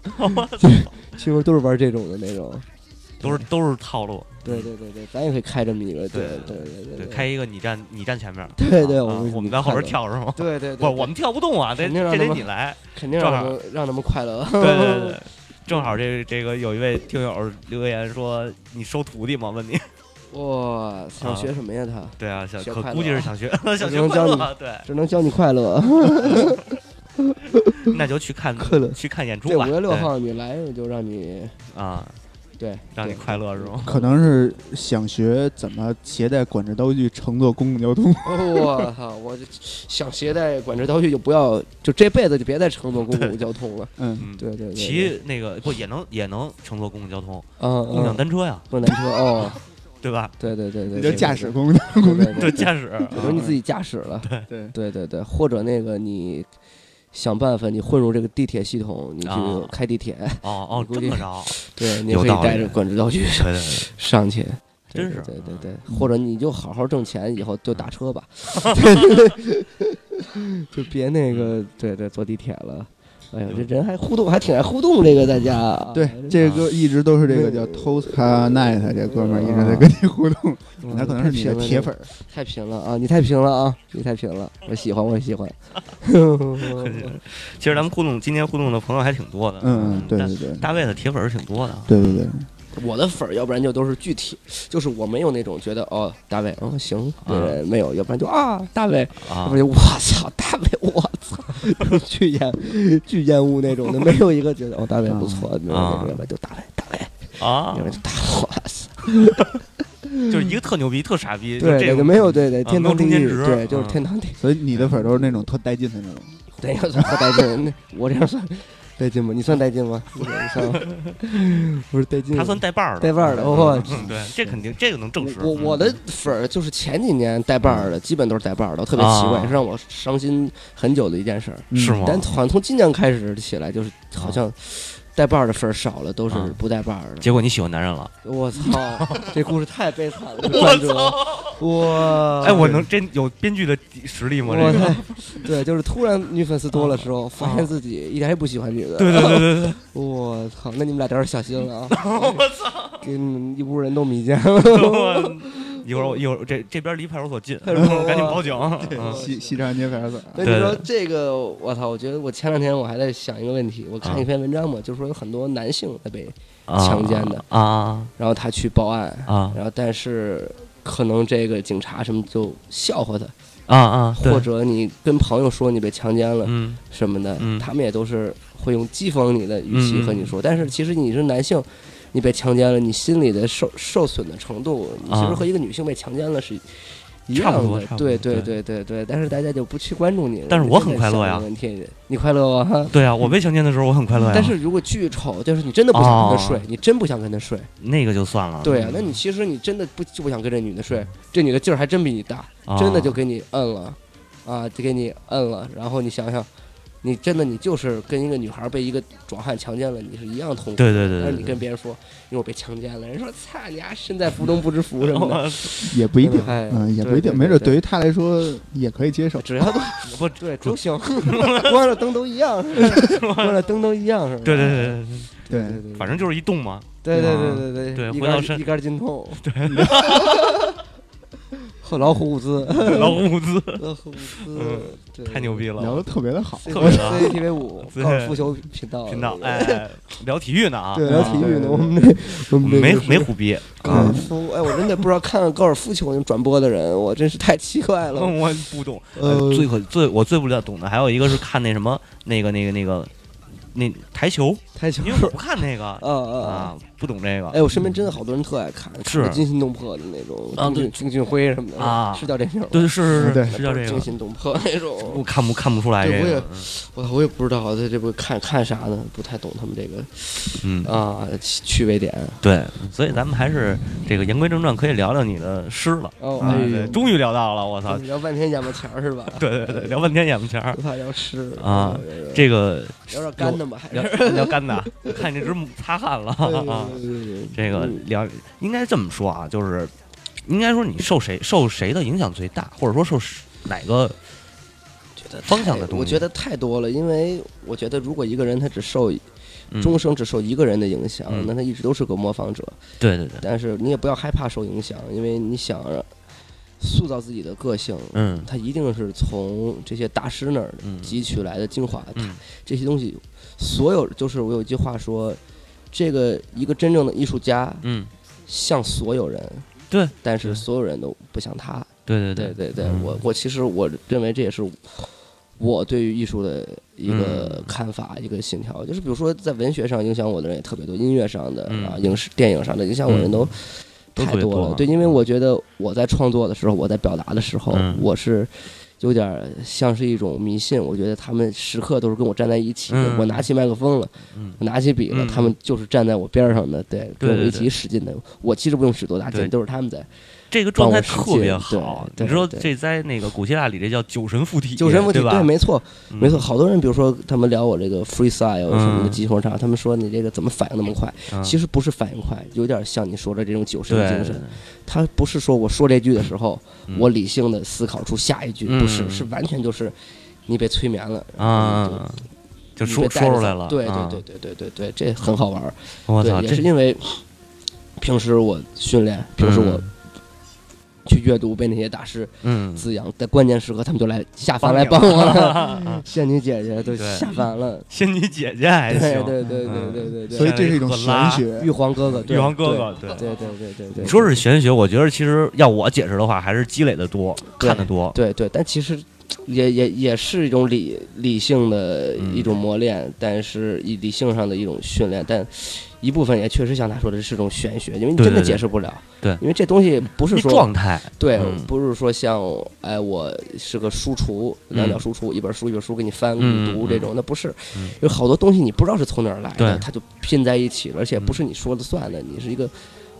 F: 其实都是玩这种的那种，
E: 都是都是套路，
F: 对对对对，咱也可以开这么一个，对对
E: 对
F: 对
E: 对，开一个你站你站前面，
F: 对对，
E: 啊
F: 我
E: 我们在后边，跳是吗？
F: 对对
E: 不
F: 对，
E: 是，我们跳不动啊，得
F: 肯定让
E: 这得
F: 他们
E: 你 来，
F: 肯定让他们让他们快乐。
E: 对对对。正好这这个有一位听友留言说你收徒弟吗？问你，
F: 哇，想学什么呀？他
E: 对啊，想
F: 学
E: 可
F: 快乐
E: 估计是想 学，想学
F: 能
E: 快
F: 教你
E: 乐，啊对，
F: 只能教你快乐。
E: 那就去看
F: 快乐
E: 去看演出
F: 这
E: 吧。
F: 五月六
E: 对
F: 号你来，我就让你
E: 啊，
F: 对，
E: 让你
F: 对
E: 快乐是吗？
D: 可能是想学怎么携带管制刀具乘坐公共交通。
F: 哦我操！我就想携带管制刀具，就不要，就这辈子就别再乘坐公共交通了。
D: 嗯，
E: 嗯，
F: 对对对，
E: 骑那个不也能也能乘坐公共交通，
F: 啊
E: 共享
F: 啊，
E: 单车呀，
F: 共享车哦，
E: 对吧？
F: 对对对对，
D: 你
F: 嗯对
D: 就驾驶，公共交
F: 对对
E: 对，
F: 对对，
E: 驾驶
F: 比如你自己驾驶了，
D: 对，
F: 对对对，或者那个你想办法，你混入这个地铁系统，你去
E: 啊
F: 开地铁，
E: 哦哦，
F: 估
E: 这
F: 计
E: 么着，
F: 对，你
E: 有
F: 可以
E: 道理
F: 带着管制刀具
E: 对
F: 上
E: 对对，
F: 上去。对
E: 真是
F: 对对对，对或者你就好好挣钱，以后就打车 吧，就别那个，对对，坐地铁了。哎呦，这人还互动，还挺爱互动，这个大家啊。
D: 对，这个一直都是这个叫 Tosca Night 这哥们儿一直在跟你互动，
F: 嗯
D: 他可能是你的铁粉，儿。
F: 太平了啊！你太平了啊！你太平了，我喜欢，我喜欢。
E: 其实咱们互动，今天互动的朋友还挺多的，
D: 嗯，嗯对
E: 但
D: 对对，
E: 大卫的铁粉儿挺多的啊，
D: 对对对，
F: 我的粉儿，要不然就都是具体，就是我没有那种觉得哦，大卫，哦行，对，没有，要不然就啊，大卫，要
E: 啊
F: 不，然就我操，大卫，我操，巨厌巨厌恶那种的，没有一个觉得哦，大卫不错，没有那种，要不然就大卫，大卫，要
E: 啊
F: 不，然就大卫，我操，
E: 就是一个特牛逼，特傻逼，就
F: 对，
E: 这
F: 那
E: 个
F: 个没有，对对，
E: 啊
F: 天
E: 没有
F: 堂地
E: 中间
F: 狱，
E: 值
F: 对，就是
E: 啊
F: 天堂地
D: 所以你的粉儿都是那种特带劲的那种。
F: 对，要算带劲，那我这样算带劲吗？你算带劲吗？你 算吗，不是带劲，
E: 他算带把儿的，
F: 带把儿的我去
E: 嗯对，这肯定这个能证实，
F: 我我的粉儿就是前几年带伴儿的，基本都是带伴儿的，我特别奇怪，
E: 啊
F: 是让我伤心很久的一件事儿。
D: 嗯
E: 是吗？
F: 但好像从今年开始起来，就是好像带伴儿的粉儿少了，都是
E: 啊
F: 不带伴儿的。
E: 结果你喜欢男人了，
F: 我操， 这故事太悲惨了，这转折，哇！
E: 哎，我能真有编剧的实力吗？
F: 嗯我
E: 这个，啊
F: 太 对，就是突然女粉丝多了时候，发现自己一点也不喜欢女的。
E: 对对对对对，
F: 我操，那你们俩点儿小心了啊！
E: 我操！
F: 给你们一屋人都迷奸
E: 一会儿我一会儿这这边离派出所近，
F: 派出所
E: 赶紧报警。嗯
D: 西西长安街派出所啊，
F: 那你说这个，我操！我觉得我前两天我还在想一个问题，我
E: 啊
F: 看一篇文章嘛，就是说有很多男性在被，强奸的
E: 啊
F: 然后他去报案，
E: 啊
F: 然后但是可能这个警察什么就笑话他，
E: 啊啊，对
F: 或者你跟朋友说你被强奸了
E: 嗯
F: 什么的，
E: 嗯
F: 他们也都是会用讥讽你的语气和你说。但是其实你是男性，你被强奸了，你心里的受受损的程度，你其实
E: 啊
F: 和一个女性被强奸了是一样
E: 差不多
F: 的
E: 差不多
F: 对对
E: 对
F: 对对对，但是大家就不去关注你。
E: 但是我很快乐呀
F: 问题你快乐吗？
E: 对啊，我被强奸的时候我很快乐呀。
F: 但是如果巨丑，就是你真的不想跟他睡
E: 哦，
F: 你真不想跟他睡，
E: 那个就算了。
F: 对啊，那你其实你真的不就不想跟这女的睡，这女的劲儿还真比你大，
E: 啊
F: 真的就给你摁了，啊，就给你摁了，然后你想想，你真的你就是跟一个女孩被一个壮汉强奸了，你是一样痛苦。
E: 对对对对
F: 但是你
E: 对
F: 跟别人说，因为我被强奸了，人说操你丫身在福中不知福什么 的，
D: 也不一定，
F: 哎
D: 嗯，也不一
F: 对对
D: 定，没准
F: 对
D: 对于他来说也可以接受。
F: 只要 都
E: 不
F: 对都行，关了灯都一样，是吧关了灯都一样是吧？哎
E: 对对对对
F: 嗯
E: 对，
D: 对，
F: 对对，
E: 反正就是一动 嘛。
F: 对对对对
E: 对
F: 一
E: 回到
F: 杆
E: 身
F: 一杆金通， 对，和老虎伍兹，
E: 老虎伍兹
F: 老虎伍兹
E: 嗯，
F: 呃对
E: 太牛逼了，
D: 聊的特别的好，
E: 特别的
F: CCTV 五
E: 对
F: 高尔夫球频道
E: 频道，哎，聊体育呢啊，
F: 对聊体育呢，我们这我们这
E: 没
F: 就是
E: 没虎逼，
F: 高尔夫，哎，我真的不知道看高尔夫球那种转播的人，我真是太奇怪了。
E: 嗯，我不懂。呃，最可最我最不了懂的还有一个是看那什么那个那个那个那台球，
F: 台球
E: 因为我不看 那个
F: 啊啊啊！
E: 啊，不懂这个
F: 哎，我身边真的好多人特爱看，
E: 是
F: 看得惊心动魄的那种，
E: 啊
F: 丁
E: 对
F: 俊丁俊晖什么的
E: 啊
F: 是叫这名儿吗？
E: 对，是是
D: 对
E: 是，是叫这
F: 惊
E: 个，
F: 心动魄那种
E: 我。看不看不出来
F: 对
E: 这
F: 我也
E: 个，
F: 我我也不知道他这不看看啥呢，不太懂他们这个
E: 嗯，
F: 啊趣趣味点。
E: 对，所以咱们还是这个言归正传，可以聊聊你的诗了。
F: 哦，
E: 啊
F: 哎
E: 对
F: 呦，
E: 终于聊到了，我操！
F: 聊半天眼巴前儿是吧？
E: 对对对，聊半天眼巴前儿
F: 不怕聊湿
E: 啊，这 个
F: 有点干的吧？还是
E: 聊聊干的，看你这只擦汗了
F: 哎呦
E: 啊。
F: 对对对
E: 这个聊应该这么说啊，就是应该说你受谁受谁的影响最大，或者说受谁哪个
F: 觉得太
E: 方向的东西
F: 我觉得太多了，因为我觉得如果一个人他只受
E: 嗯
F: 终生只受一个人的影响，
E: 嗯
F: 那他一直都是个模仿者。
E: 对对对，
F: 但是你也不要害怕受影响，因为你想让塑造自己的个性，
E: 嗯
F: 他一定是从这些大师那儿
E: 嗯
F: 汲取来的精华。
E: 嗯
F: 这些东西，所有就是我有一句话说，这个一个真正的艺术家
E: 嗯，
F: 像所有人，
E: 对，
F: 但是
E: 对
F: 所有人都不像他。
E: 对
F: 对
E: 对
F: 对对，
E: 嗯
F: 我我其实我认为这也是我对于艺术的一个
E: 嗯
F: 看法，一个信条。就是比如说在文学上影响我的人也特别多，音乐上的、
E: 嗯
F: 啊，影视电影上的影响我的人都
E: 都
F: 太
E: 特别
F: 多
E: 多
F: 了。
E: 啊
F: 对，因为我觉得我在创作的时候，我在表达的时候，
E: 嗯
F: 我是。有点儿像是一种迷信，我觉得他们时刻都是跟我站在一起的。
E: 嗯
F: 我拿起麦克风了，
E: 嗯
F: 我拿起笔了，
E: 嗯
F: 他们就是站在我边儿上的，对，
E: 对
F: 跟我
E: 对
F: 一
E: 对
F: 起使劲的。我其实不用使多大劲，
E: 对
F: 都是他们在。
E: 这个状态
F: 帮我实
E: 特别
F: 践
E: 好，
F: 对
E: 你知道
F: 对
E: 这在那个古希腊里这叫酒神附体，
F: 酒神附体，
E: 对吧？
F: 没错，
E: 嗯
F: 没错，，好多人，比如说他们聊我这个 freestyle
E: 嗯
F: 什么的激情场，他们说你这个怎么反应那么快？
E: 嗯
F: 其实不是反应快，有点像你说的这种酒神
E: 对
F: 精神。他不是说我说这句的时候，
E: 嗯
F: 我理性的思考出下一句，
E: 嗯
F: 不是，是完全就是你被催眠了
E: 啊，就
F: 嗯就
E: 说说出来了，
F: 对
E: 啊嗯
F: 对对，对对对对，这很好玩儿。
E: 我操，
F: 对，也
E: 这
F: 是因为平时我训练，平时我
E: 嗯
F: 去阅读被那些大师
E: 嗯，
F: 滋养，在关键时刻他们就来下凡
E: 帮
F: 来
E: 你
F: 帮我了。
E: 啊
F: 仙女姐姐都
E: 对
F: 下凡了。
E: 仙女姐姐还
F: 对
E: 行，嗯
F: 对对对对对对，
D: 所以这是一种玄学
F: 玉。皇哥哥，对
E: 玉皇哥哥，对。
F: 对，对对对对对，
E: 你说是玄学，我觉得其实要我解释的话，还是积累的多，
F: 对
E: 看的多，
F: 对对，但其实也也也是一种理理性的
E: 嗯
F: 一种磨练，但是以理性上的一种训练，但一部分也确实像他说的是种玄学，因为你
E: 对
F: 真的
E: 对对
F: 解释不了，
E: 对
F: 因为这东西不是
E: 一
F: 说
E: 状态，
F: 对
E: 嗯，
F: 不是说像哎我是个书橱，两脚书橱，一本书一本书给你翻给
E: 嗯
F: 你读
E: 嗯
F: 这种，那不是
E: 嗯，
F: 有好多东西你不知道是从哪儿来的，
E: 对
F: 它就拼在一起了，而且不是你说了算的，你是一个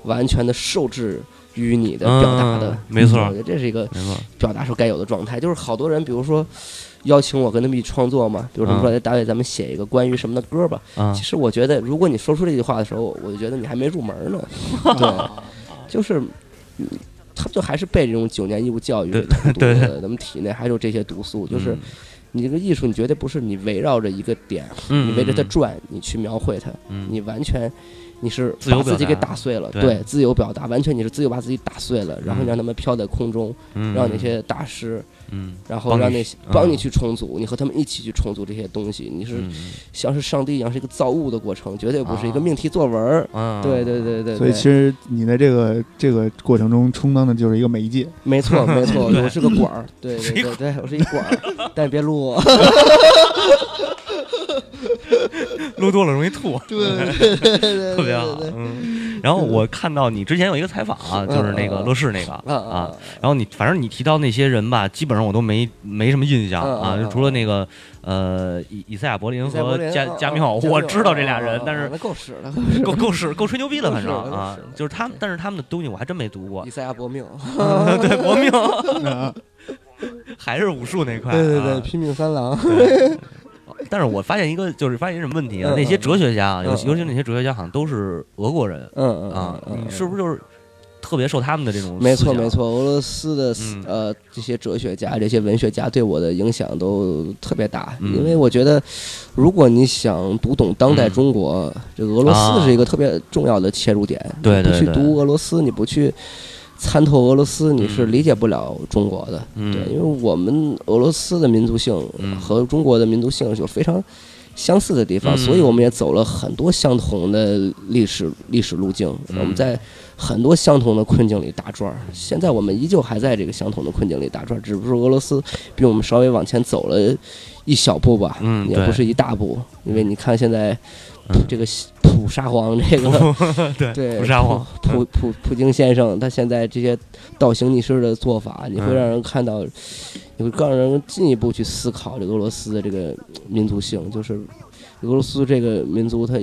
F: 完全的受制于你的表达的
E: 嗯，没错
F: 我觉得这是一个
E: 没错，
F: 表达时候该有的状态。就是好多人，比如说邀请我跟他们一起创作嘛，比如他
E: 嗯
F: 们说，哎，大卫，咱们写一个关于什么的歌吧。
E: 啊
F: 其，实我觉得，如果你说出这句话的时候，我就觉得你还没入门呢。对，就是，嗯他就还是被这种九年义务教育
E: 对
F: 荼 毒
E: 对嗯
F: 的，咱们体内还有这些毒素。就是你这个艺术，你绝对不是你围绕着一个点，
E: 嗯，
F: 你围着它
E: 嗯，
F: 转，你去描绘它，
E: 嗯
F: 你完全。你是
E: 自由
F: 把自己
E: 表达
F: 给打碎了，
E: 对
F: 对，自由表达，完全你是自由把自己打碎了，然后
E: 嗯
F: 让他们飘在空中，
E: 嗯
F: 让那，些大师，
E: 嗯
F: 然后
E: 帮
F: 让
E: 你
F: 那
E: 去
F: 些帮你
E: 嗯
F: 去重组，你和他们一起去重组这些东西，你是
E: 嗯嗯
F: 像是上帝一样，是一个造物的过程，绝对不是一个
E: 啊
F: 命题作文儿。
E: 嗯，
F: 对对对对，
D: 所以
F: 对
D: 其实你在这个这个过程中充当的就是一个媒介，
F: 没 错没错，我是个管儿，啊对对对 对，我是一管儿，但别录我。
E: 录多了容易吐，
F: 对对对 对，
E: 特别好。嗯，然后我看到你之前有一个采访啊，就是那个乐视那个
F: 嗯嗯
E: 啊
F: 嗯，
E: 然后你反正你提到那些人吧，基本上我都没没什么印象
F: 嗯嗯
E: 啊，
F: 嗯
E: 就除了那个呃以以赛亚柏林
F: 赛
E: 和加加米
F: 嗯
E: 奥，我知道这俩人，但是
F: 啊那够使了。
E: 够够使够吹牛逼了，
F: 够
E: 反
F: 使
E: 正
F: 了够
E: 啊
F: 使了，
E: 就是他们，但是他们的东西我还真没读过
F: 以，赛亚搏命，嗯
E: 对国命
D: 啊
E: 还是武术那块，
F: 对对对，
E: 啊
F: 拼命三郎，
E: 对，但是我发现一个，就是发现一个什么问题啊？
F: 嗯
E: 那些哲学家啊，
F: 嗯
E: 尤其尤其那些哲学家，好像都是俄国人
F: 嗯
E: 啊
F: 嗯。嗯，
E: 你是不是就是特别受他们的这种
F: 没
E: 思
F: 错
E: 想
F: 没？错，俄罗斯的
E: 嗯
F: 呃这些哲学家、这些文学家对我的影响都特别大，
E: 嗯
F: 因为我觉得，如果你想读懂当代
E: 嗯啊
F: 中国，这个俄罗斯是一个特别重要的切入点。
E: 对对
F: 你不
E: 对
F: 去读俄罗斯，你不去参透俄罗斯，你是
E: 嗯
F: 理解不了中国的。对，因为
E: 嗯
F: 我们俄罗斯的民族性
E: 嗯
F: 和中国的民族性有非常相似的地方，
E: 嗯
F: 所以我们也走了很多相同的历史历史路径。
E: 嗯
F: 我们在很多相同的困境里打转儿，现在我们依旧还在这个相同的困境里打转儿，只不过俄罗斯比我们稍微往前走了一小步吧，
E: 嗯
F: 也
E: 对
F: 不是一大步，因为你看现在
E: 嗯
F: 这个普沙皇这个。
E: 对
F: 对，
E: 不是我，
F: 普普普京先生，他现在这些倒行逆施的做法，你会
E: 嗯
F: 让人看到，你会让人进一步去思考这个俄罗斯的这个民族性，就是俄罗斯这个民族，他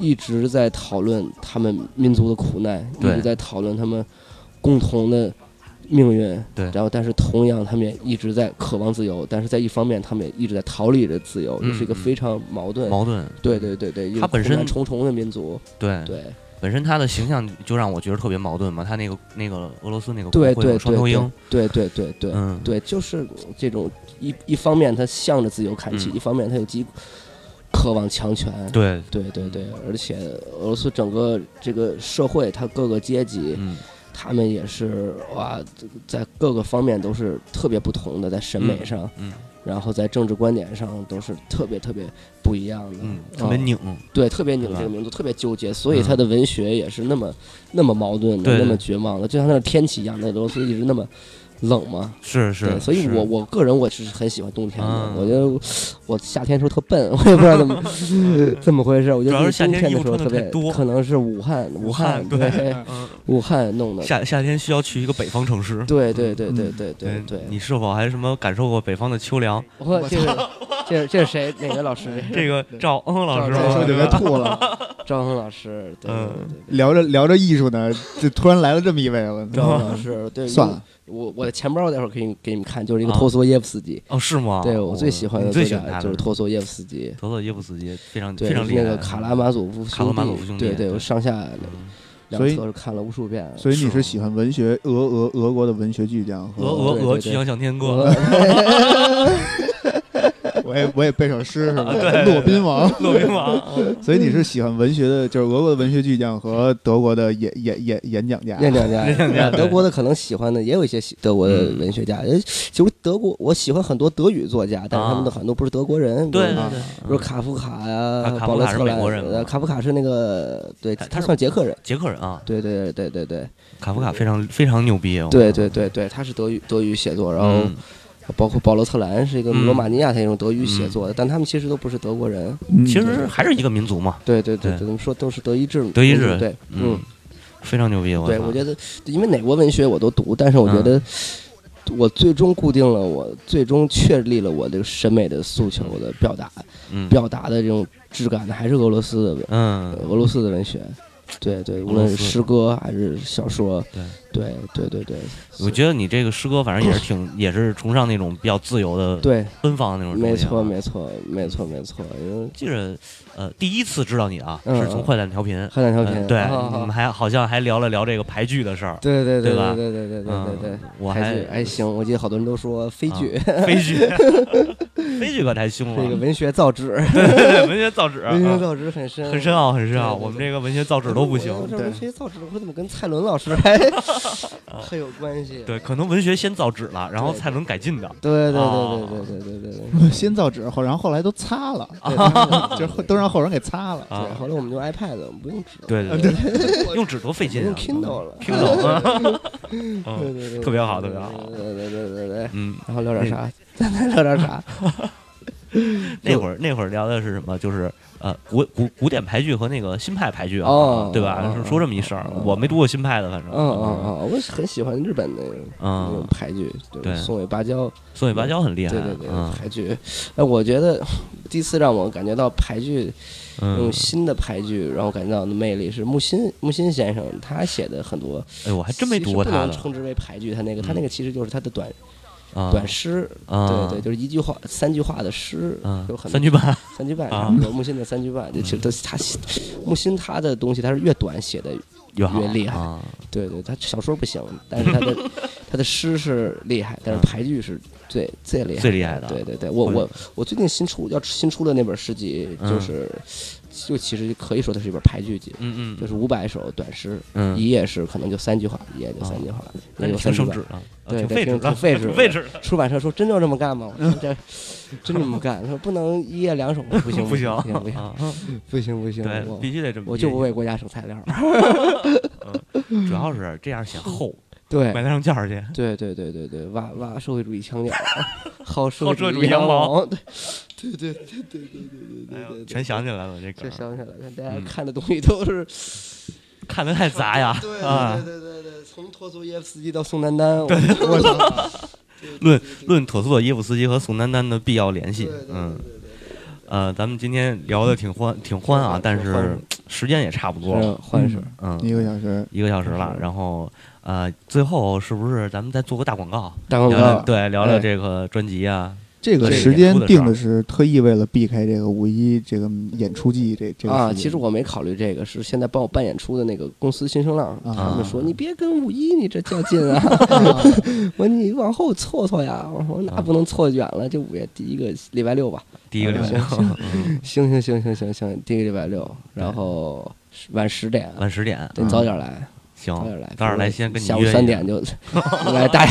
F: 一直在讨论他们民族的苦难，一
E: 对
F: 直在讨论他们共同的命运，
E: 对
F: 然后但是同样他们也一直在渴望自由，但是在一方面他们也一直在逃离着自由，这是一个
E: 嗯嗯
F: 非常矛盾，
E: 矛盾。
F: 对对对对，一个
E: 他本
F: 苦难
E: 身
F: 重重的民族，
E: 对，
F: 对。
E: 本身他的形象就让我觉得特别矛盾嘛。他那个那个俄罗斯那个国
F: 对
E: 会
F: 对
E: 有双头鹰，
F: 对对对对
E: 嗯
F: 对，就是这种一一方面他向着自由看齐，
E: 嗯
F: 一方面他有极渴望强权。
E: 对，
F: 对对对，而且俄罗斯整个这个社会，它各个阶级，
E: 嗯
F: 他们也是哇，在各个方面都是特别不同的，在审美
E: 嗯
F: 上，
E: 嗯
F: 然后在政治观点上都是特别特别不一样的，
E: 嗯，特别
F: 啊
E: 拧，
F: 对，特别拧
E: 对吧嗯
F: 这个民族，特别纠结，所以他的文学也是那么、那么矛盾的，
E: 对
F: 那
E: 对
F: 么绝望的，就像那个天气一样，那俄罗斯一直那么冷嘛。
E: 是
F: 对，
E: 是。
F: 所以
E: 是
F: 我我个人我是很喜欢冬天的，
E: 嗯
F: 我觉得我我夏天时候特笨，我也不知道怎么怎么回事，我觉
E: 主要
F: 得
E: 是夏
F: 自己冬
E: 天
F: 天
E: 衣
F: 的
E: 服
F: 时候
E: 穿得
F: 特
E: 太
F: 别
E: 多
F: 可能是武汉武
E: 汉
F: 对
E: 嗯
F: 武汉弄的，
E: 夏夏天需要去一个北方城市。
F: 对对对对对对
E: 嗯
F: 对，
E: 你是否还什么感受过北方的秋凉？
F: 我这是这是这是谁哪位老师？
E: 这个赵嗯老师
F: 赵
E: 吗
D: 说就别吐了，
F: 张恒老师，对对对对。
D: 聊着聊着艺术呢， 就突然来了这么一位了。
F: 张恒老师，对，
D: 算了，
F: 我我的钱包待会儿给你给你们看，就是一个
E: 啊
F: 托索耶夫斯基，
E: 哦，是吗？
F: 对我最喜欢的
E: 你最
F: 作
E: 喜欢
F: 家
E: 他
F: 就是
E: 托
F: 托索耶夫斯基，
E: 陀佐耶夫斯基，非常
F: 对，
E: 非常
F: 是
E: 厉害。
F: 那个卡拉马佐夫
E: 卡拉马佐夫兄弟
F: 对对，
E: 对
F: 我上下
E: 嗯
F: 两
D: 所以
F: 侧是看了无数遍啊了。
D: 所以你
E: 是吗
D: 是喜欢文学俄俄俄国的文学巨匠
E: 俄
D: 和
E: 俄
F: 嗯对对
E: 俄
F: 对
E: 曲项向天
F: 我
E: 歌，
D: 我也我也背首诗是吧？
E: 对
D: 骆宾 王。
E: 骆宾王。
D: 所以你是喜欢文学的，就是俄国的文学巨匠和德国的演演演演讲家。
F: 念两家，啊
E: 两家对嗯
F: 德国的可能喜欢的也有一些喜德国的文学家。呃其实德国我喜欢很多德语作家，但是他们的
E: 啊
F: 很多不是德国人。
E: 对
F: 比
E: 对
D: 啊
E: 对，
F: 如比如卡夫卡呀
E: 啊卡，夫
F: 保罗
E: 卡是
F: 策兰
E: 美国人
F: 呃
E: 吗
F: 卡夫卡是那个对，
E: 他
F: 他
E: 是哦
F: 算捷克人。
E: 捷克人啊，
F: 对对对对对
E: 卡夫卡非常非常牛逼哦。
F: 对对对对，他是德语德语写作，然后
E: 嗯，
F: 包括保罗策兰是一个
E: 嗯
F: 罗马尼亚，他也用德语写作的，但他们其实都不是德国人。
D: 嗯
E: 其实还是一个民族嘛，
F: 对对对，
E: 对
F: 怎么说都是德意志，
E: 嗯德意志
F: 对，嗯
E: 嗯，，非常牛逼。我
F: 对，
E: 操嗯
F: 我觉得，因为哪国文学我都读，但是我觉得，我最终固定了我，最终确立了我这个审美的诉求的表达，
E: 嗯
F: 表达的这种质感的还是俄罗斯的文，
E: 嗯，
F: 俄罗斯的文学。对对，无
E: 俄罗
F: 论
E: 斯
F: 是诗歌还是小说，
E: 对
F: 对对对对
E: 我觉得你这个师哥反正也是挺 也是崇尚那种比较自由的、
F: 对，
E: 奔放的那种东
F: 没
E: 西啊嗯
F: 错没错没错没错，因为
E: 记着，呃，第一次知道你啊，
F: 嗯
E: 是从
F: 嗯
E: 坏蛋调频。
F: 汉南调
E: 嗯
F: 频，
E: 对，
F: 啊
E: 你们还好像还聊了聊这个排剧的事儿。
F: 对对对
E: 对吧
F: 对对对对对对对
E: 嗯，我
F: 还
E: 还
F: 是还行，我记得好多人都说非剧
E: 啊飞剧， 飞剧可太凶
F: 这个
E: 了。
F: 文学造纸，
E: 对对对，文学 造纸，
F: 文学
E: 啊
F: 造纸很深
E: 很深奥，很深奥。
F: 嗯对对对
E: 我们这个文学造纸都不行
F: 我。这
D: 对
F: 文学造纸我怎么跟蔡伦老师还很有关系？
E: 对，可能文学先造纸了，然后才能改进的。
F: 对对对
E: 啊
F: 对对对对对 对。
D: 先造纸，后然后后来都擦 了，
F: 对
D: 就是都让后人给擦了。
F: 对，
E: 啊，
F: 后来我们用 iPad，我们不用纸了，
E: 对对对， 用纸多费
F: 我
E: 劲
F: 啊 们用
E: 啊。
F: Kindle 了。
E: Kindle 啊
F: 对
E: 嗯
F: 对对，
E: 特别好
F: 对
E: 特别好
F: 对对对对对对。
E: 嗯，
F: 然后聊点啥？咱再聊点啥？
E: 那会儿那会儿聊的是什么？就是呃古古古典排剧和那个新派排剧啊，
F: 哦
E: 对吧？
F: 哦
E: 是说这么一事儿，
F: 哦
E: 我没读过新派的，反正
F: 嗯嗯嗯，我很喜欢日本的那种
E: 嗯，
F: 排剧，对，
E: 对
F: 松尾芭蕉，
E: 松尾芭蕉很厉害，
F: 对对对，
E: 嗯
F: 排剧，哎，我觉得第一次让我感觉到排剧用
E: 嗯，
F: 新的排剧，让我感觉到的魅力是木心木心先生他写的很多，
E: 哎，我还真没读过
F: 其实不
E: 他
F: 能
E: 的
F: 称之为排剧，他那个
E: 嗯
F: 他那个其实就是他的短
E: 啊，
F: 短诗，
E: 啊
F: 对对，就是一句话三句话的诗
E: 啊，
F: 有很
E: 三句 半，
F: 三句半
E: 啊嗯
F: 差不多，木心的三句半，这其实都是他写木心他的东西，他是越短写的，
E: 越好
F: 越厉害
E: 啊
F: 对对，他小说不行，但是他的 他的诗是厉害，但是排剧是最最厉害
E: 啊最厉害的
F: 对对对，我
E: 会
F: 我我最近新出要新出的那本诗集，
E: 嗯
F: 就是就其实可以说它是一本排剧集，
E: 嗯
F: 就
E: 嗯
F: 是五百首短诗，
E: 嗯哦
F: 一页是可能就三句话，一页就三句话，
E: 那你
F: 也有
E: 挺
F: 三句
E: 省
F: 半
E: 纸。啊，啊
F: 对
E: 挺
F: 对
E: 费纸
F: 挺
E: 的，
F: 费纸
E: 挺
F: 的
E: 费纸的，
F: 出版社说真要这么干吗？我说这真这么干，他说不能一页两首，不行
E: 不行
F: 不行不行
E: 啊，
F: 不行不行，
E: 对，
F: 我
E: 必须得这么，
F: 我就不为国家省材 料。
E: 主要是这样显厚，
F: 对
E: 买那张券儿去，
F: 对对对对对，挖挖社会主义腔调， 薅
E: 薅
F: 社会
E: 社会主
F: 主
E: 义
F: 义
E: 羊
F: 羊
E: 毛
F: 毛，对对对对对对对对
E: 哎呦
F: 对对，
E: 全想起来了这
F: 就
E: 个，
F: 想起来了，大家
E: 嗯
F: 看的东西都是
E: 看的太杂呀
F: 对
E: 啊
F: 对！对对对对，从托索耶夫斯基到宋丹丹，我我操，
E: 论论妥斯妥耶夫斯基和宋丹丹的必要联
F: 对
E: 系
F: 对，对
E: 嗯
F: 对。对。
E: 呃，咱们今天聊的挺欢挺欢啊，但
F: 欢
E: 是
F: 是
E: 时间也差不多
F: 是嗯
E: 了，
F: 幻水，
E: 嗯，
D: 一个小时，
E: 一个小时了。然后呃，最后是不是咱们再做个大广告？
F: 大广
E: 聊聊
F: 告，
E: 对，聊聊
F: 哎
E: 这个专辑啊，
D: 这
E: 这
D: 个
E: 个
D: 时
E: 演
D: 间
E: 出的事
D: 定
E: 儿
D: 的是特意为了避开这个五一这个演出季这这个
F: 啊，
D: 时间
F: 其实我没考虑这个，是现在帮我办演出的那个公司新声浪，
D: 啊
F: 他们说你别跟五一你这较劲啊， 我说你往后错错呀，我说那不能错远了，就五月第一个礼拜六吧，
E: 第一个嗯
F: 啊
E: 留
F: 行
E: 言，
F: 行行行行行行，第一个礼拜六，然后十晚嗯十点，
E: 晚十点，
F: 得早点来，
E: 行
F: 早点来，，
E: 早啊点来先跟你
F: 下午
E: 约一
F: 三
E: 下
F: 点就来大。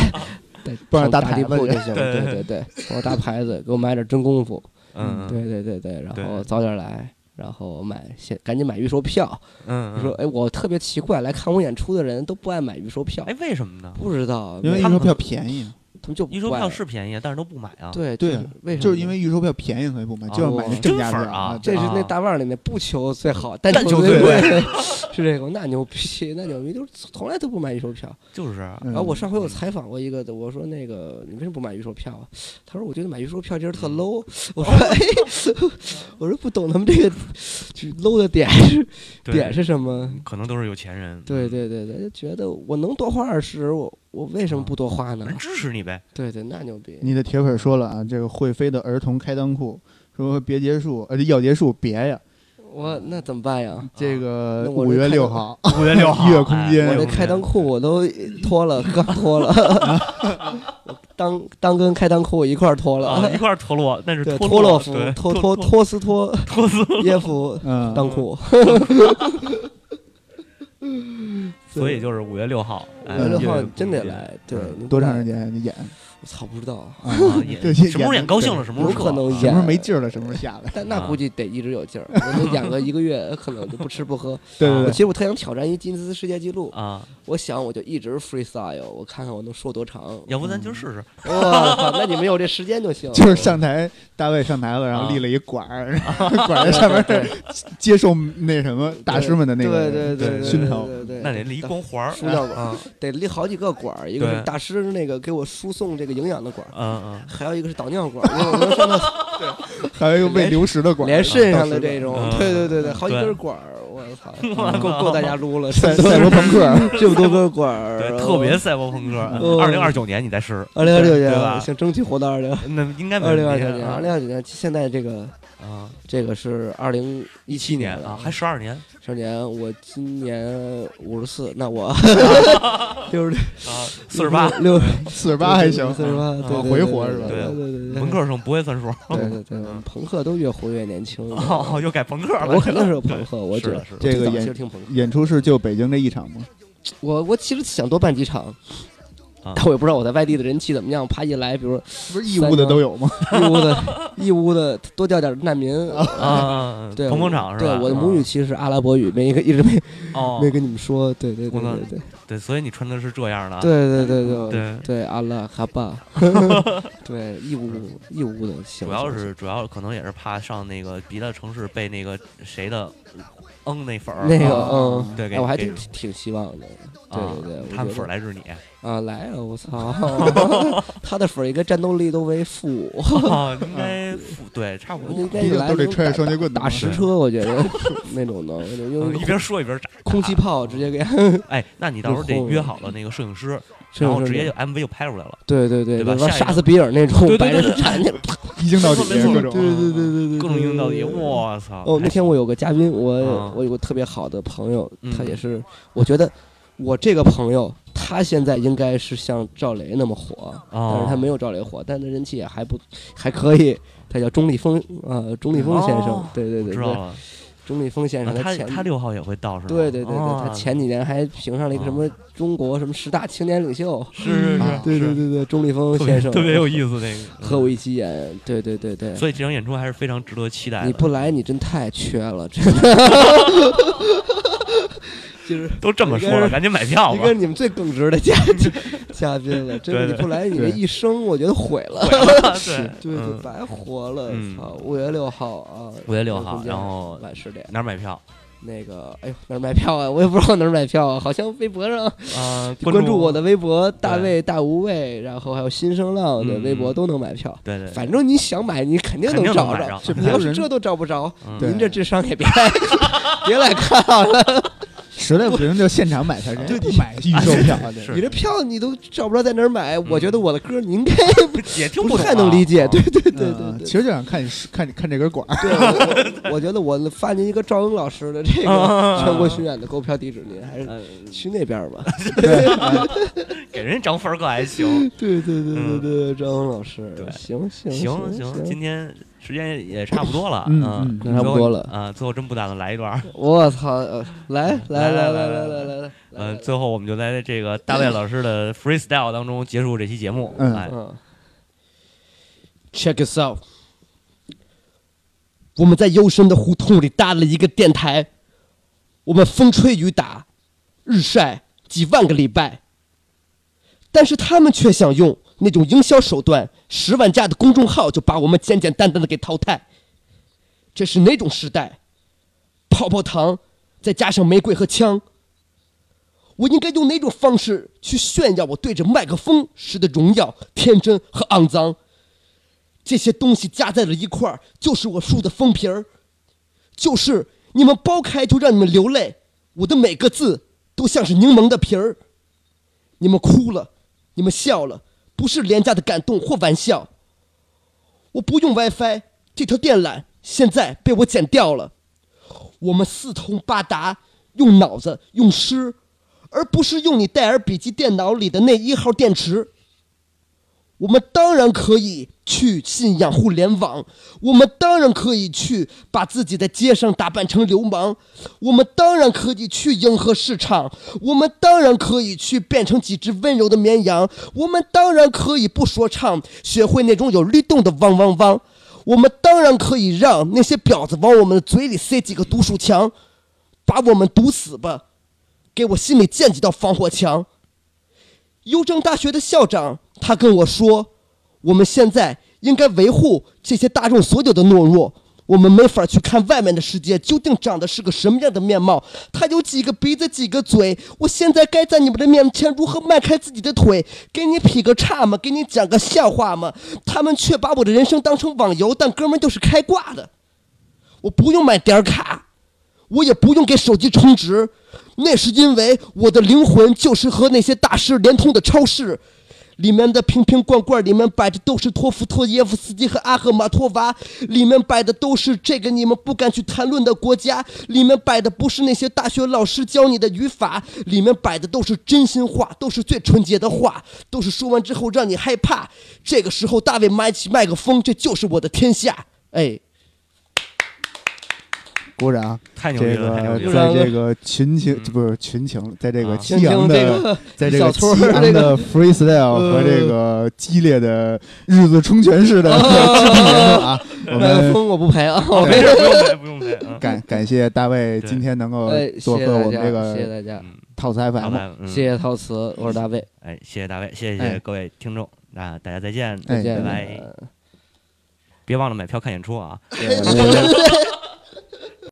F: 对
D: 不然
F: 上
D: 打
F: 打
D: 打地
F: 铺
D: 奔
F: 就行，
E: 对
F: 对对对，帮我搭牌子，给我买点真功夫，
E: 嗯，
F: 对对对对，然
E: 对
F: 后早点来，然后买先赶紧买预售票。
E: 嗯，嗯
F: 说，哎，我特别奇怪，来看我演出的人都不爱买预售票
E: 哎，，为什么呢？
F: 不知道，
D: 因为预
F: 他
D: 售
F: 们
D: 票便宜，
F: 他们就不
E: 预售
F: 爱
E: 票是便宜，但是都不买啊。
F: 对
D: 对
F: 就是为什么？
D: 就是因为预售票便宜所以不买，就要买那正价
E: 真
D: 票
E: 粉儿啊
F: 这是那
E: 啊
F: 大腕儿里面不求最好，但
E: 但
F: 求
E: 求最
F: 最
E: 贵，
F: 是这个，那牛逼，那牛逼，就是从来都不买预售票。
E: 就是啊，
D: 嗯
F: 然后我上回我采访过一个，我说那个你为什么不买预售票啊？他说我觉得买预售票这人
E: 嗯
F: 特 low。我说哎， 我说不懂他们这个就 low 的点是
E: 对嗯
F: 点是什么？
E: 可能都是有钱人，
F: 对，对对对，就觉得我能多花二十，我我为什么不多花呢？
E: 人嗯支持你呗。
F: 对对，那牛逼！
D: 你的铁粉说了啊，这个会飞的儿童开裆裤，说别结束，呃，要结束别呀，
E: 啊
F: 我那怎么办呀？
D: 这个
F: 那我
D: 五
F: 这
D: 月
F: 开
D: 六
F: 裆
D: 号，
E: 五月六 号，
D: 月空
E: 哎
D: 间
F: 我
E: 月
F: 这
E: 空
F: 开
E: 间
F: 裆裤我都脱了，刚脱了， 我裆裆跟开裆裤一块儿脱
E: 啊，
F: 了
E: 一，块儿脱落，那是
F: 对，
E: 脱
F: 脱
E: 落
F: 落服
E: 对，
F: 脱
E: 脱
F: 脱脱斯脱
E: 脱丝。
F: 耶夫
D: 嗯，
F: 裆裤，
E: 所以就是五月六号，哎
F: 五六号
E: 月空
F: 真得
E: 间
F: 来，对，你不
D: 多长
F: 来
D: 时？间演？
F: 我操，不知道，
D: 啊
E: 啊演
D: 对
E: 什么时候
D: 演
E: 演高兴了，什么时候
F: 有可
E: 撤
F: 能
E: 啊
D: 什
F: 演
D: 么时候没劲儿了，什么时候下来？
F: 但那
E: 啊
F: 估计得一直有劲儿，我能演个一个月，可能就不吃 不喝。
D: 对
E: 啊
D: 对
F: 我
D: 对
F: 其，实我特想挑战一吉尼斯世界纪录，
E: 啊，
F: 我想我就一直 freestyle，我看看我能说多长。
E: 要不咱今儿试试？
F: 哇靠，那你们有这时间就 行。
D: 就是上台，大卫上台了，然后立了一管儿，然
F: 啊
D: 后 管儿在 上面接受那什么大师们的那个
F: 对对对对
D: 熏陶。
F: 对对对
E: 那得立一光环儿
F: 输掉管
E: 啊，
F: 得立好几个管儿，一个
E: 对
F: 是大师那个给我输送这个营养的管儿，
E: 嗯嗯，
F: 还有一个是导尿管儿，因为我能上到
D: 还有一个喂流食的管儿，啊
F: 连肾上的
D: 到时
F: 这种
E: 嗯，
F: 对对对对，好几
E: 对
F: 根管儿，我操，够够大家撸了，
D: 赛
F: 这么
D: 赛博
F: 多
D: 朋克，
F: 这么多根管儿，
E: 对，特别赛博朋克。
F: 哦
E: 二零二九年你再试，
F: 呃二零二六年
E: 对吧
F: 想争取活到二零
E: 那应该没
F: 二零二
E: 问题
F: 九年，二零二九年现在这个
E: 啊，
F: 这个是二零一七
E: 一年
F: 了
E: 啊，还十二年
F: 少年，我今年五十四，那我六十
E: 啊，四十八，
F: 六
D: 四十八还行，
F: 四十八，
D: 啊
F: 对对
D: 回活是吧
F: 对对对对
E: 文科生不会算数，
F: 对对对对对，朋克都越活越年轻。
E: 哦，又改朋克了。
F: 我肯定是个朋克，我觉
E: 是
F: 得
E: 的，是的，
D: 这个
F: 其实
D: 演
F: 挺朋克。
D: 演出是就北京这一场吗？
F: 我我其实想多办几场，
E: 啊
F: 但我也不知道我在外地的人气怎么样。啪一来，比如
D: 不是义乌的都有吗？
F: 义乌的义乌的多调点难民啊。
E: 啊，
F: 对，
E: 捧捧场是吧？
F: 对，我的母语
E: 啊
F: 其实是阿拉伯语，没一个一直没
E: 哦
F: 没，跟你们说。对对
E: 我
F: 对对
E: 操
F: 对对
E: 对，所以你穿的是这样的啊，
F: 对对对对
E: 对，
F: 对，阿拉哈 巴，对义乌义乌的，行
E: 主要
F: 行
E: 是主要可能也是怕上那个别的城市被那个谁的嗯那粉儿
F: 行那个
E: 啊
F: 嗯，
E: 对，给
F: 哎我还
E: 给
F: 挺挺希望的。对
E: 啊
F: 对对，我
E: 他们
F: 觉
E: 粉儿
F: 得
E: 来 治你，
F: 啊来了，我操，他的粉儿应该战斗力都为负。
E: 哦应该负对差不
F: 应
E: 多，
F: 该
D: 毕竟
F: 来
D: 都得
F: 那种
D: 揣着
F: 打
D: 双截棍的
F: 打
D: 嘛
F: 实车，我觉得 那种的，我就
E: 嗯
F: 用
E: 一边说一边 炸。
F: 空气炮直接给。
E: 哎，那你到时候得
F: 就轰
E: 约好了那个摄影师，
F: 摄
E: 然
F: 影
E: 后
F: 师
E: 直接
F: 就
E: 就 MV 就拍出来了。
F: 对对对
E: 对吧
F: 完
E: 下一
F: 杀
E: 个
F: 死比尔那种
E: 对对
F: 白
E: 对
F: 人缠去了，
D: 一镜到底
E: 没错
D: 各种啊
F: 对对对对 对，
E: 各种
F: 对
E: 英雄到底，
F: 对对对
E: 我操！
F: 哦，那天我有个嘉宾，我
E: 嗯
F: 我有个特别好的朋友，他
E: 嗯
F: 也是，我觉得我这个朋友他现在应该是像赵雷那么火，
E: 哎哦
F: 但是他没有赵雷火，但是人气也还不还可以。他叫钟立风，呃，钟立风先生
E: 哦，
F: 对对
E: 我
F: 对
E: 知道
F: 对，
E: 了，
F: 钟立风先
E: 啊
F: 生，
E: 他
F: 前
E: 他六号也会到是吧？
F: 对对对对，
E: 啊
F: 他前几年还评上了一个什么中国什么十大青年领袖，
E: 哦是是
D: 啊
E: 是，
F: 对对
E: 是
F: 对对，钟立风
E: 特
F: 先
E: 别
F: 生
E: 特别有意思那个，
F: 和我一起演，对对对对
E: 嗯。，所以这场演出还是非常值得期待的。
F: 你不来，你真太缺了，真的。 就是
E: 都这么说
F: 应该
E: 了，
F: 是
E: 赶紧买票
F: 一
E: 吧
F: 个。你们最耿直的嘉 嘉宾 了，真的
E: 对对
F: 你不来，你这
D: 对
F: 一生我觉得毁了，
E: 对
F: 对对，
E: 嗯
F: 白活了
E: 嗯。
F: 操，五月六号啊，
E: 5月6号
F: 中间
E: 然后
F: 晚十点，
E: 哪儿买票？
F: 那个哎呦哪儿买票啊？我也不知道哪儿买票啊，好像微博上
E: 啊，
F: 关
E: 注
F: 注我的。微博大
E: 对
F: 卫大无畏，然后还有新声浪的
E: 嗯
F: 微博
E: 嗯
F: 都能买票。
E: 对对，
F: 反正你想买，你肯定
E: 肯定能
F: 找
E: 买
F: 着
E: 着。
D: 这
F: 你要
D: 帮
F: 是
D: 人
F: 这都找不着，
E: 嗯
D: 对
F: 您这智商也别来 别来看了。
D: 实在不行就现场买他，人家不买预售票 的。
E: 是
F: 你这票你都找不着在哪儿买，我
E: 嗯
F: 觉得我的歌你应该不
E: 也 听
F: 不
E: 懂
F: 太
E: 啊
F: 能理解。
E: 啊
F: 对对对对
D: 嗯
F: 对
D: 其实就想看你看看这根管儿，
F: 对，我我我觉得我发您一个赵英老师的
E: 嗯
F: 这个全国巡演的购票地址，您还是
E: 呃
F: 去那边吧。
E: 给人涨粉儿可还 行。
F: 对对对
E: 嗯
F: 对对，赵英老师
E: 对，
F: 行行
E: 行
F: 行
E: 行，今天时间也差不多了，
D: 嗯嗯
E: 最
F: 差不
E: 后
F: 多了
E: 啊。最后真不打算来一段儿，
F: 我操，呃来来
E: 嗯来来来
F: 来来
E: 来
F: 来来来来，
E: 呃，最后我们就在这个大卫老师 的 freestyle 当中结束这期节目。
D: 嗯
E: 哎，
F: Check us out。我们在幽深的胡同里搭了一个电台，我们风吹雨打，日晒几万个礼拜，但是他们却想用那种营销手段，十万加的公众号就把我们简简单单的给淘汰。这是哪种时代？泡泡糖，再加上玫瑰和枪，我应该用哪种方式去炫耀我对着麦克风时的荣耀、天真和肮脏？这些东西加在了一块儿，就是我树的封皮儿，就是你们剥开就让你们流泪，我的每个字都像是柠檬的皮儿，你们哭了，你们笑了，不是廉价的感动或玩笑。我不用 WiFi，这条电缆现在被我剪掉了。我们四通八达，用脑子，用诗，而不是用你戴尔笔记电脑里的那一号电池。我们当然可以去信仰互联网，我们当然可以去把自己在街上打扮成流氓，我们当然可以去迎合市场，我们当然可以去变成几只温柔的绵羊，我们当然可以不说唱，学会那种有律动的汪汪汪，我们当然可以让那些婊子往我们的嘴里塞几个毒鼠强，把我们毒死吧，给我心里建几道防火墙。邮政大学的校长，他跟我说，我们现在应该维护这些大众所有的懦弱。我们没法去看外面的世界究竟长得是个什么样的面貌，它有几个鼻子，几个嘴。我现在该在你们的面前如何迈开自己的腿？给你劈个叉吗？给你讲个笑话吗？他们却把我的人生当成网游，但哥们儿就是开挂的。我不用买点儿卡，我也不用给手机充值，那是因为我的灵魂就是和那些大师联通的超市，里面的瓶瓶罐罐里面摆着都是托夫托耶夫斯基和阿赫马托娃，里面摆的都是这个你们不敢去谈论的国家，里面摆的不是那些大学老师教你的语法，里面摆的都是真心话，都是最纯洁的话，都是说完之后让你害怕。这个时候，大卫买起麦克风，这就是我的天下。哎。
D: 鼓掌！
E: 太牛逼
D: 这
E: 了，太牛
D: 个
E: 逼了！
D: 在这个群情
E: 嗯
D: 不是群情，在这
E: 啊
D: 个
F: 听
D: 激
F: 听
D: 昂
F: 这
D: 的，
F: 个
D: 在这
F: 小
D: 个
F: 村
D: 激
F: 儿
D: 昂
F: 这个嗯
D: 的 freestyle 和这个激烈的日子冲拳式的
F: 啊
D: 肢体联动 啊，我
F: 麦克
D: 们哎
F: 风我不赔啊，我
E: 没事，不用赔，不用赔。 嗯
D: 感感谢大卫今天能够
F: 哎，谢
D: 做
F: 谢
D: 客我
F: 大
D: 们这
F: 家，谢谢
D: 个
F: 大家，
E: 嗯
D: 套词
E: 好
D: FM，
E: 吧，嗯
F: 谢谢陶瓷，我是大卫，
E: 哎，谢谢大卫，谢
D: 哎
E: 谢各位听众，那大家再见，
D: 哎
F: 再
E: 拜
F: 见
E: 拜，别忘了买票看演出啊！
F: 嗯
D: 对对对